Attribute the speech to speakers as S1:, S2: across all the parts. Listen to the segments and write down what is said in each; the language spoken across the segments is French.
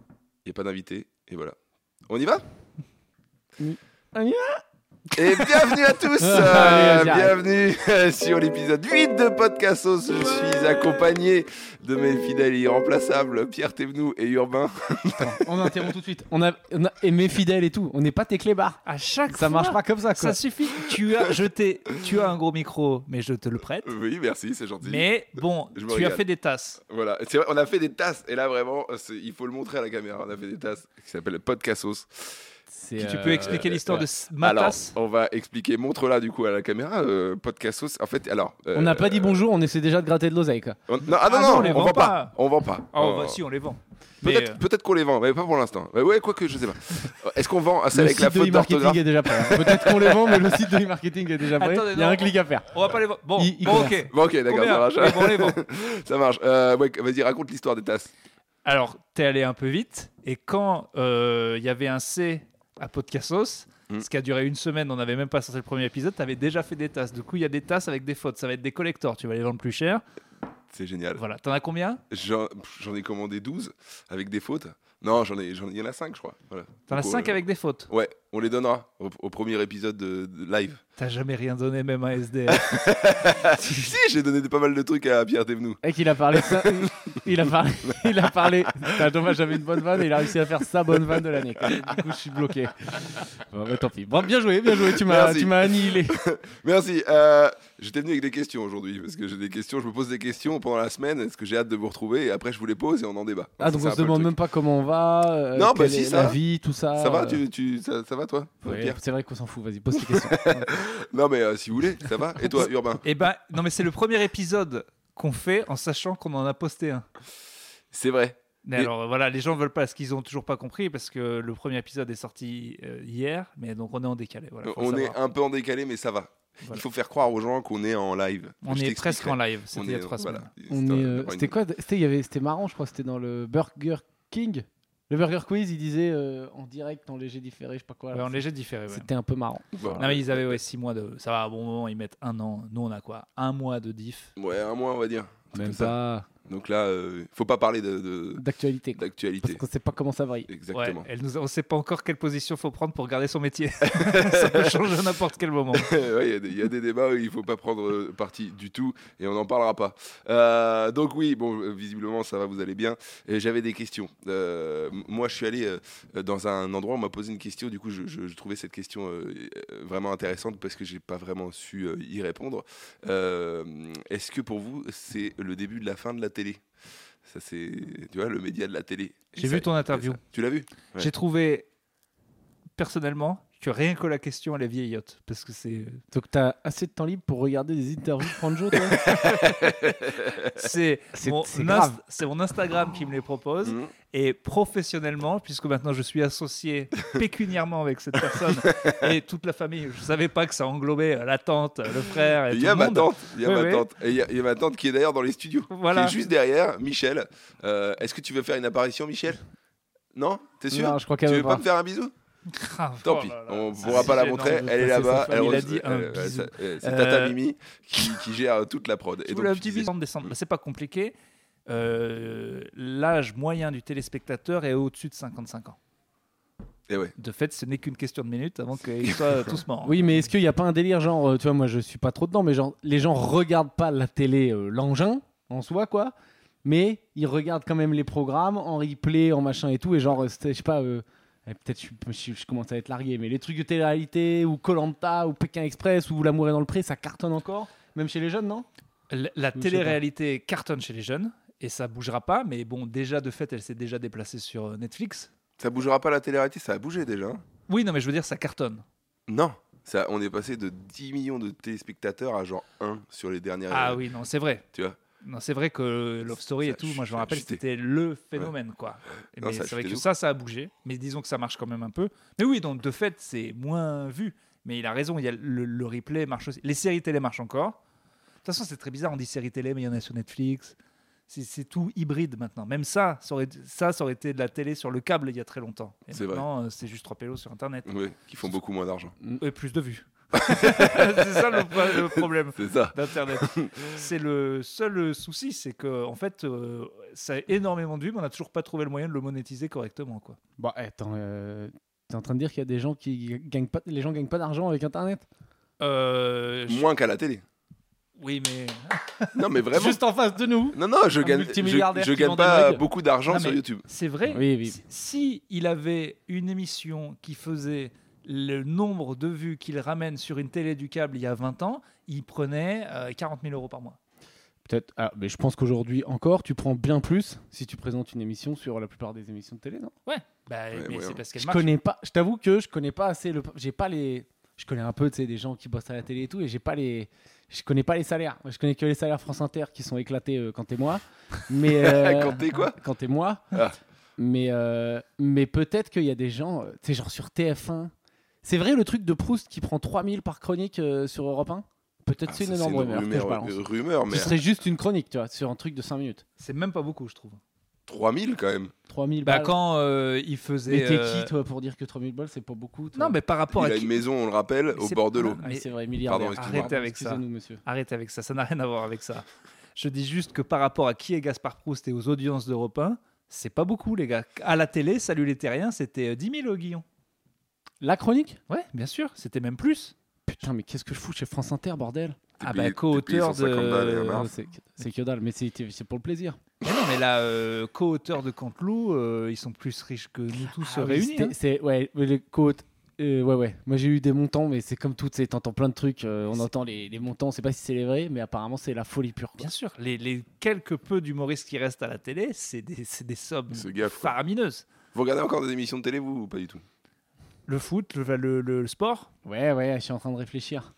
S1: il n'y a pas d'invité, et voilà. On y va
S2: On y
S1: va Et bienvenue à tous euh,
S2: Allez, vas-y,
S1: Bienvenue sur l'épisode 8 de Podcast Sauce. Je suis accompagné de mes fidèles et irremplaçables Pierre Thévenou et Urbain.
S2: On interrompt tout de suite. On a, on a- et mes fidèles et tout. On n'est pas tes clébards.
S3: À chaque
S2: Ça
S3: fois,
S2: marche pas comme
S1: Ah,
S2: ça, quoi.
S3: Ça suffit. Tu as, je t'ai- tu as un gros micro, mais je te le prête.
S1: Oui, merci, c'est gentil.
S3: Mais bon,
S1: Euh, Je
S3: tu
S1: me régale.
S3: as fait des tasses.
S1: Voilà, c'est vrai, on a fait des tasses, et là vraiment, c'est- il faut le montrer à la caméra, on a fait des tasses qui s'appellent Podcast Sauce.
S3: Puis tu
S2: euh,
S3: peux expliquer l'histoire de s- ma
S1: Alors,
S3: tasse
S1: on va expliquer, montre-la du coup à la caméra, euh, Podcast Sauce. En fait, alors... euh,
S2: On n'a pas dit bonjour, on essaie déjà de gratter de l'oseille, quoi.
S1: on- non, ah non, non,
S3: Ah non, on
S1: on,
S3: les
S1: vend
S3: vend
S1: pas.
S3: pas.
S1: on vend pas.
S3: Ah,
S1: On-
S3: bah si, on les vend. Mais,
S1: Peut-être
S3: euh,
S1: peut-être qu'on les vend, mais pas pour l'instant. Ouais, Ouais, quoique, je sais pas. Euh, Est-ce qu'on vend celle
S2: le
S1: avec
S2: site
S1: la
S2: de
S1: faute
S2: e-marketing
S1: d'orthographe
S2: est déjà prêt. hein. Peut-être qu'on les vend, mais le site de e-marketing est déjà prêt.
S3: Attendez,
S2: Il y a
S3: non,
S2: un clic à faire.
S3: on va pas les vendre. Bon,
S2: Il- il
S3: bon,
S2: commerce.
S3: ok.
S1: Bon, ok, d'accord, ça
S3: Combien
S1: marche.
S3: Mais bon, on les vend.
S1: ça marche. Euh, ouais, Vas-y, raconte l'histoire des tasses.
S3: Alors, t'es allé un peu vite, et quand euh, il y avait un C à Podcastos,
S1: Mm.
S3: ce qui a duré une semaine, on n'avait même pas sorti le premier épisode, t'avais déjà fait des tasses. Du coup, il y a des tasses avec des fautes. Ça va être des collectors, tu vas les vendre plus cher.
S1: C'est génial.
S3: Voilà, t'en as combien
S1: J'en j'en ai commandé 12 avec des fautes. Non, j'en ai, j'en- il y en a 5, je crois. Voilà.
S3: T'en as
S1: Donc,
S3: 5
S1: euh,
S3: avec des fautes.
S1: Ouais, on les donnera au, au premier épisode de, de live.
S3: T'as jamais rien donné, même à SDF.
S2: Ah,
S1: si, j'ai donné pas mal de trucs à Pierre Thévenou.
S2: Et qu'il a parlé. ça- il a parlé. Il a parlé. Putain, dommage, j'avais une bonne vanne et il a réussi à faire sa bonne vanne de l'année. quoi. Du coup, je suis bloqué. Bon, bah, tant pis. Bon, bien joué, bien joué. Tu m'as
S1: Merci.
S2: tu m'as annihilé.
S1: Merci. euh, J'étais venu avec des questions aujourd'hui parce que j'ai des questions. Je me pose des questions pendant la semaine. Est-ce que j'ai hâte de vous retrouver Et après, je vous les pose et on en débat.
S2: Ah,
S1: Ça,
S2: donc
S1: c'est
S2: on
S1: un
S2: se
S1: peu le
S2: demande
S1: truc.
S2: même pas comment on va. euh,
S1: Non, bah
S2: quelle
S1: si,
S2: est
S1: ça
S2: La
S1: va.
S2: vie, tout ça.
S1: Ça va
S2: euh,
S1: tu, tu, ça, ça va toi
S2: ouais,
S1: Pierre
S2: c'est vrai qu'on s'en fout, vas-y, pose tes questions. Ouais.
S1: Non mais euh, si vous voulez, ça va Et toi Urbain
S3: Eh ben, non, mais c'est le premier épisode qu'on fait en sachant qu'on en a posté un.
S1: C'est vrai.
S3: Mais
S1: Et-
S3: alors euh, voilà, les gens veulent pas, ce qu'ils ont toujours pas compris, parce que le premier épisode est sorti euh, hier, mais donc on est en décalé. Voilà, faut le
S1: Euh, on est
S3: savoir.
S1: un peu en décalé mais ça va.
S3: Voilà.
S1: Il faut faire croire aux gens qu'on est en live.
S3: on
S1: Je
S3: est
S1: t'expliquerai.
S3: presque en live,
S1: On
S3: c'était il y a
S1: est-
S3: trois
S1: voilà.
S3: semaines.
S2: On
S1: C'est
S2: est,
S1: un-
S2: euh,
S1: une-
S2: C'était quoi C'était il y avait- c'était marrant, je crois, c'était dans le Burger King. Le Burger Quiz, il disait euh, en direct, en léger différé, je sais pas quoi.
S3: Ouais, en léger différé. ouais.
S2: C'était un peu marrant.
S1: Bon.
S3: Non, mais ils avaient ouais, six mois de. Ça va, à bon moment, ils mettent un an. Nous, on a quoi Un mois de diff.
S1: Ouais, un mois on va dire.
S2: Même
S1: comme ça.
S2: pas
S1: Donc là, euh, faut pas parler de- de
S2: d'actualité. quoi. Parce
S1: d'actualité.
S2: qu'on sait pas comment ça varie.
S3: Ouais,
S1: Exactement.
S3: elle nous a- on sait pas encore quelle position faut prendre pour garder son métier. ça peut changer à n'importe quel moment.
S1: Ouais, Il y a des- il y, a des débats où il faut pas prendre euh, parti du tout et on n'en parlera pas. Euh, donc oui, bon, euh, visiblement ça va, vous allez bien. Et J'avais des questions. Euh, m- moi, je suis allé euh, dans un endroit, on m'a posé une question. Du coup, je, je- je trouvais cette question euh, euh, vraiment intéressante parce que j'ai pas vraiment su euh, y répondre. Euh, Est-ce que pour vous, c'est le début de la fin de la télé Ça, c'est, tu vois, le média de la télé.
S3: J'ai
S1: Ça-
S3: vu ton interview.
S1: ça- Tu l'as vu Ouais.
S3: J'ai trouvé, personnellement, que rien que la question, elle est vieillotte. Parce que c'est.
S2: Donc t'as assez de temps libre pour regarder des interviews de Franjo, toi
S3: C'est
S2: C'est-
S3: mon,
S2: c'est
S3: inst-
S2: grave.
S3: c'est mon Instagram qui me les propose.
S1: Mhm.
S3: Et professionnellement, puisque maintenant je suis associé pécuniairement avec cette personne et toute la famille, je savais pas que ça englobait euh, la tante, euh, le frère et
S1: Il
S3: tout
S1: y a
S3: le
S1: ma
S3: monde.
S1: tante, il y a
S3: Ouais,
S1: ma
S3: ouais.
S1: tante, et il y, a- il y a ma tante qui est d'ailleurs dans les studios,
S3: Voilà.
S1: qui est juste derrière. Michel, Euh, est-ce que tu veux faire une apparition, Michel Non, t'es sûr
S2: Non, je crois
S1: Tu
S2: qu'elle
S1: veux
S2: veut
S1: pas me faire un bisou
S3: Ah,
S1: Tant
S3: oh
S1: pis,
S3: là là.
S1: on
S3: Ah,
S1: pourra
S3: c'est
S1: pas la
S3: gênant.
S1: montrer.
S2: de
S1: Elle est
S2: passer sa
S1: là-bas.
S2: famille.
S1: elle
S3: Il a
S1: reçoit-
S3: dit un
S1: elle- elle-
S3: bisou.
S1: ça- euh, C'est Tata
S3: Euh,
S1: Mimi qui, qui gère euh, toute la prod.
S3: Je
S1: Et
S3: voulais
S1: donc,
S3: un
S1: tu
S3: petit
S1: disais-
S3: bilan de décembre. Bah, C'est pas compliqué. Euh, L'âge moyen du téléspectateur est au-dessus de 55 ans.
S1: Eh ouais.
S3: De fait, ce n'est qu'une question de minutes avant qu'ils soient euh, tous morts.
S2: Oui, mais est-ce qu'il n'y a pas un délire, genre, euh, tu vois, moi je suis pas trop dedans, mais genre, les gens regardent pas la télé, euh, l'engin, en soi, quoi, mais ils regardent quand même les programmes en replay, en machin et tout, et genre, euh, c'était- je sais pas, euh, eh, peut-être je, suis- je suis- je commence à être largué, mais les trucs de télé-réalité, ou Colanta, ou Pékin Express, ou L'amour est dans le pré, ça cartonne encore, même chez les jeunes, non
S3: La, la
S2: sais
S3: télé-réalité cartonne chez les jeunes et ça bougera pas, mais bon, déjà de fait, elle s'est déjà déplacée sur euh, Netflix.
S1: Ça bougera pas la télé-réalité, ça a bougé déjà. hein.
S3: Oui, non, mais je veux dire, ça cartonne.
S1: Non, ça, on est passé de 10 millions de téléspectateurs à genre 1 sur les dernières.
S3: Ah oui, non, c'est vrai.
S1: Euh, Tu vois.
S3: Non, c'est vrai que Love Story
S1: Ça
S3: et tout,
S1: a
S3: moi je
S1: chuté,
S3: me rappelle,
S1: ça a chuté.
S3: c'était le phénomène, quoi.
S1: Non,
S3: mais
S1: ça a
S3: c'est
S1: chuté
S3: vrai que
S1: de ouf.
S3: ça, ça a bougé. Mais disons que ça marche quand même un peu. Mais oui, donc de fait, c'est moins vu. Mais il a raison, il y a le, le replay marche aussi. Les séries télé marchent encore. De toute façon, c'est très bizarre, on dit séries télé, mais il y en a sur Netflix. c'est- c'est tout hybride maintenant. Même ça, ça aurait, ça, ça aurait été de la télé sur le câble il y a très longtemps. Et
S1: C'est vrai.
S3: maintenant, euh, c'est juste trois pélos sur Internet.
S1: Oui, qui font beaucoup moins d'argent.
S3: Et plus de vues. c'est ça le, pro- le problème
S1: C'est ça.
S3: d'Internet. C'est le seul euh, souci, c'est que en fait, euh, ça a énormément de vues, mais on n'a toujours pas trouvé le moyen de le monétiser correctement. Quoi.
S2: Bon, attends, euh, t'es en train de dire qu'il y a des gens qui gagnent pas, les gens gagnent pas d'argent avec Internet
S3: Euh, je-
S1: Moins qu'à la télé.
S3: Oui, mais
S1: Non, mais vraiment.
S2: Juste en face de nous.
S1: Non, non, je
S2: Un
S1: gagne, je,
S2: multimilliardaire
S1: je
S2: qui
S1: gagne
S2: vend des
S1: pas
S2: mugs.
S1: beaucoup d'argent
S3: Non,
S1: sur
S3: mais-
S1: YouTube.
S3: c'est vrai.
S2: Oui, oui.
S3: si- Si il avait une émission qui faisait le nombre de vues qu'il ramène sur une télé du câble il y a 20 ans, il prenait euh, 40 000 euros par mois.
S2: Peut-être. ah, mais je pense qu'aujourd'hui encore, tu prends bien plus si tu présentes une émission sur la plupart des émissions de télé, non
S3: Bah,
S1: Ouais,
S3: mais
S1: ouais,
S3: c'est
S1: ouais.
S3: parce qu'elle
S2: Je
S3: marche.
S2: connais pas. Je t'avoue que je connais pas assez le. J'ai pas les. Je connais un peu, tu sais, des gens qui bossent à la télé et tout, et j'ai pas les. Je connais pas les salaires. Je connais que les salaires France Inter qui sont éclatés euh, quand t'es moi. Mais euh,
S1: Eh, Quand t'es quoi
S2: Quand t'es moi.
S1: Ah.
S2: Mais euh, mais peut-être qu'il y a des gens, euh, tu sais, genre sur TF1. C'est vrai le truc de Proust qui prend 3000 par chronique euh, sur Europe 1 Peut-être
S1: Ah,
S2: c'est une
S1: ça,
S2: énorme rumeur que je
S1: rumeur,
S2: balance.
S1: euh, rumeur, mais
S2: Ce serait juste une chronique, tu vois, sur un truc de 5 minutes.
S3: C'est même pas beaucoup, je trouve.
S1: 3000 quand même.
S2: 3000
S3: Bah,
S2: balles.
S3: quand euh, il faisait.
S2: mais t'es
S3: euh,
S2: qui, toi, pour dire que 3000 balles, c'est pas beaucoup toi
S3: Non, mais par rapport
S1: Il
S3: à
S1: a
S3: qui-
S1: une maison, on le rappelle, au
S3: c'est-
S1: bord de l'eau.
S3: non,
S2: Ah,
S3: mais
S2: c'est vrai, milliardaire.
S1: Pardon, excuse-moi.
S3: Arrêtez avec ça.
S2: excusez-nous, monsieur.
S3: Arrête avec ça, ça n'a rien à voir avec ça. Je dis juste que par rapport à qui est Gaspard Proust et aux audiences d'Europe 1, c'est pas beaucoup, les gars. À la télé, Salut les Terriens, c'était euh, 10 000 au Guillon.
S2: La chronique
S3: Ouais, bien sûr, c'était même plus.
S2: Putain, mais qu'est-ce que je fous chez France Inter, bordel
S1: T'es
S3: ah
S1: payé- t'es
S3: bah,
S1: payé
S3: co-auteur
S1: 150 balles, et un
S3: de.
S1: marre.
S2: Non, C'est c'est que dalle, mais c'est c'est pour le plaisir.
S3: Mais non, mais là, euh, co-auteur de Canteloup, euh, ils sont plus riches que nous tous
S2: Ah
S3: euh,
S2: oui,
S3: réunis.
S2: c'était- C'est ouais, mais les côtes. euh, ouais, ouais. Moi j'ai eu des montants, mais c'est comme tout, tu sais, t'entends plein de trucs. euh, on
S3: C'est-
S2: entend les, les montants, on sait pas si c'est les vrais, mais apparemment c'est la folie pure.
S3: hein.
S2: quoi.
S3: Bien sûr, les, les quelques peu d'humoristes qui restent à la télé, c'est des, c'est des sommes
S1: Se gaffe, quoi.
S3: faramineuses.
S1: Vous regardez encore des émissions de télé, vous, ou pas du tout
S3: Le foot, le- le- le- le sport,
S2: Ouais, ouais, je suis en train de réfléchir.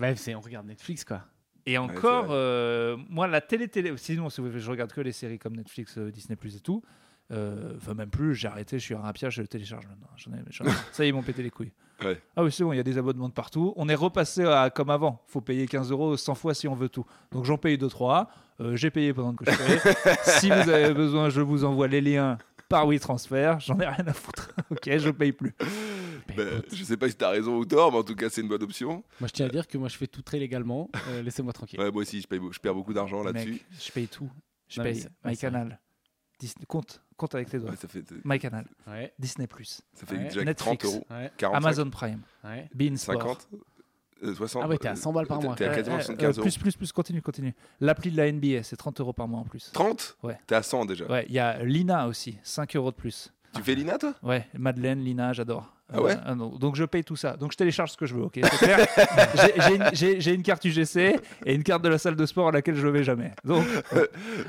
S2: Ouais, c'est- on regarde Netflix quoi.
S3: Et
S1: c'est
S3: encore,
S1: vrai.
S3: euh, moi, la télé-télé, sinon, c'est- je regarde que les séries comme Netflix, euh, Disney Plus et tout. Euh, Enfin, même plus, j'ai arrêté, je suis un rapia, je le télécharge maintenant. J'en ai- j'en ai- ça y est, ils m'ont pété les couilles.
S1: Ouais.
S3: Ah oui, c'est bon, il y a des abonnements de partout. On est repassé à comme avant. faut payer 15 euros 100 fois si on veut tout. Donc j'en paye 2-3. j'ai payé pendant que je payais. si vous avez besoin, je vous envoie les liens par WeTransfer. J'en ai rien à foutre. ok, je paye plus.
S2: Ben,
S1: Ben, Je sais pas si t'as raison ou tort, mais en tout cas, c'est une bonne option.
S2: Moi je tiens à dire que moi je fais tout très légalement. euh, Laissez-moi tranquille.
S1: Ouais, moi aussi, je, paye beau- je perds beaucoup d'argent là-dessus.
S3: Mec, je paye tout. Je
S2: Non, mais
S3: paye
S2: c'est- ouais, c'est vrai.
S3: MyCanal. Disney- Compte, compte avec tes doigts.
S1: Ouais, ça fait, euh,
S3: MyCanal,
S2: Ouais,
S3: Disney Plus.
S1: ça fait
S2: Ouais.
S1: déjà
S3: Netflix.
S1: 30 euros.
S2: ouais,
S1: 45,
S3: Amazon Prime,
S2: ouais.
S3: Bean Sport.
S1: 50, euh, 60.
S2: Ah ouais, t'es à 100 balles par
S1: t'es-
S2: mois.
S1: T'es à
S3: Euh,
S1: quasiment
S3: euh,
S1: 75
S3: euh,
S1: euros.
S3: Plus, plus, plus, continue, continue. L'appli de la NBA, c'est 30 euros par mois en plus.
S1: 30
S3: Ouais.
S1: T'es à 100 déjà.
S3: Ouais, il y a Lina aussi, 5 euros de plus.
S1: Tu fais l'INA, toi
S3: Ouais, Madeleine, Lina, j'adore. Euh,
S1: Ah ouais
S3: non, Donc je paye tout ça. Donc je télécharge ce que je veux, ok c'est clair J'ai- j'ai une- J'ai j'ai une carte UGC et une carte de la salle de sport à laquelle je vais jamais. Donc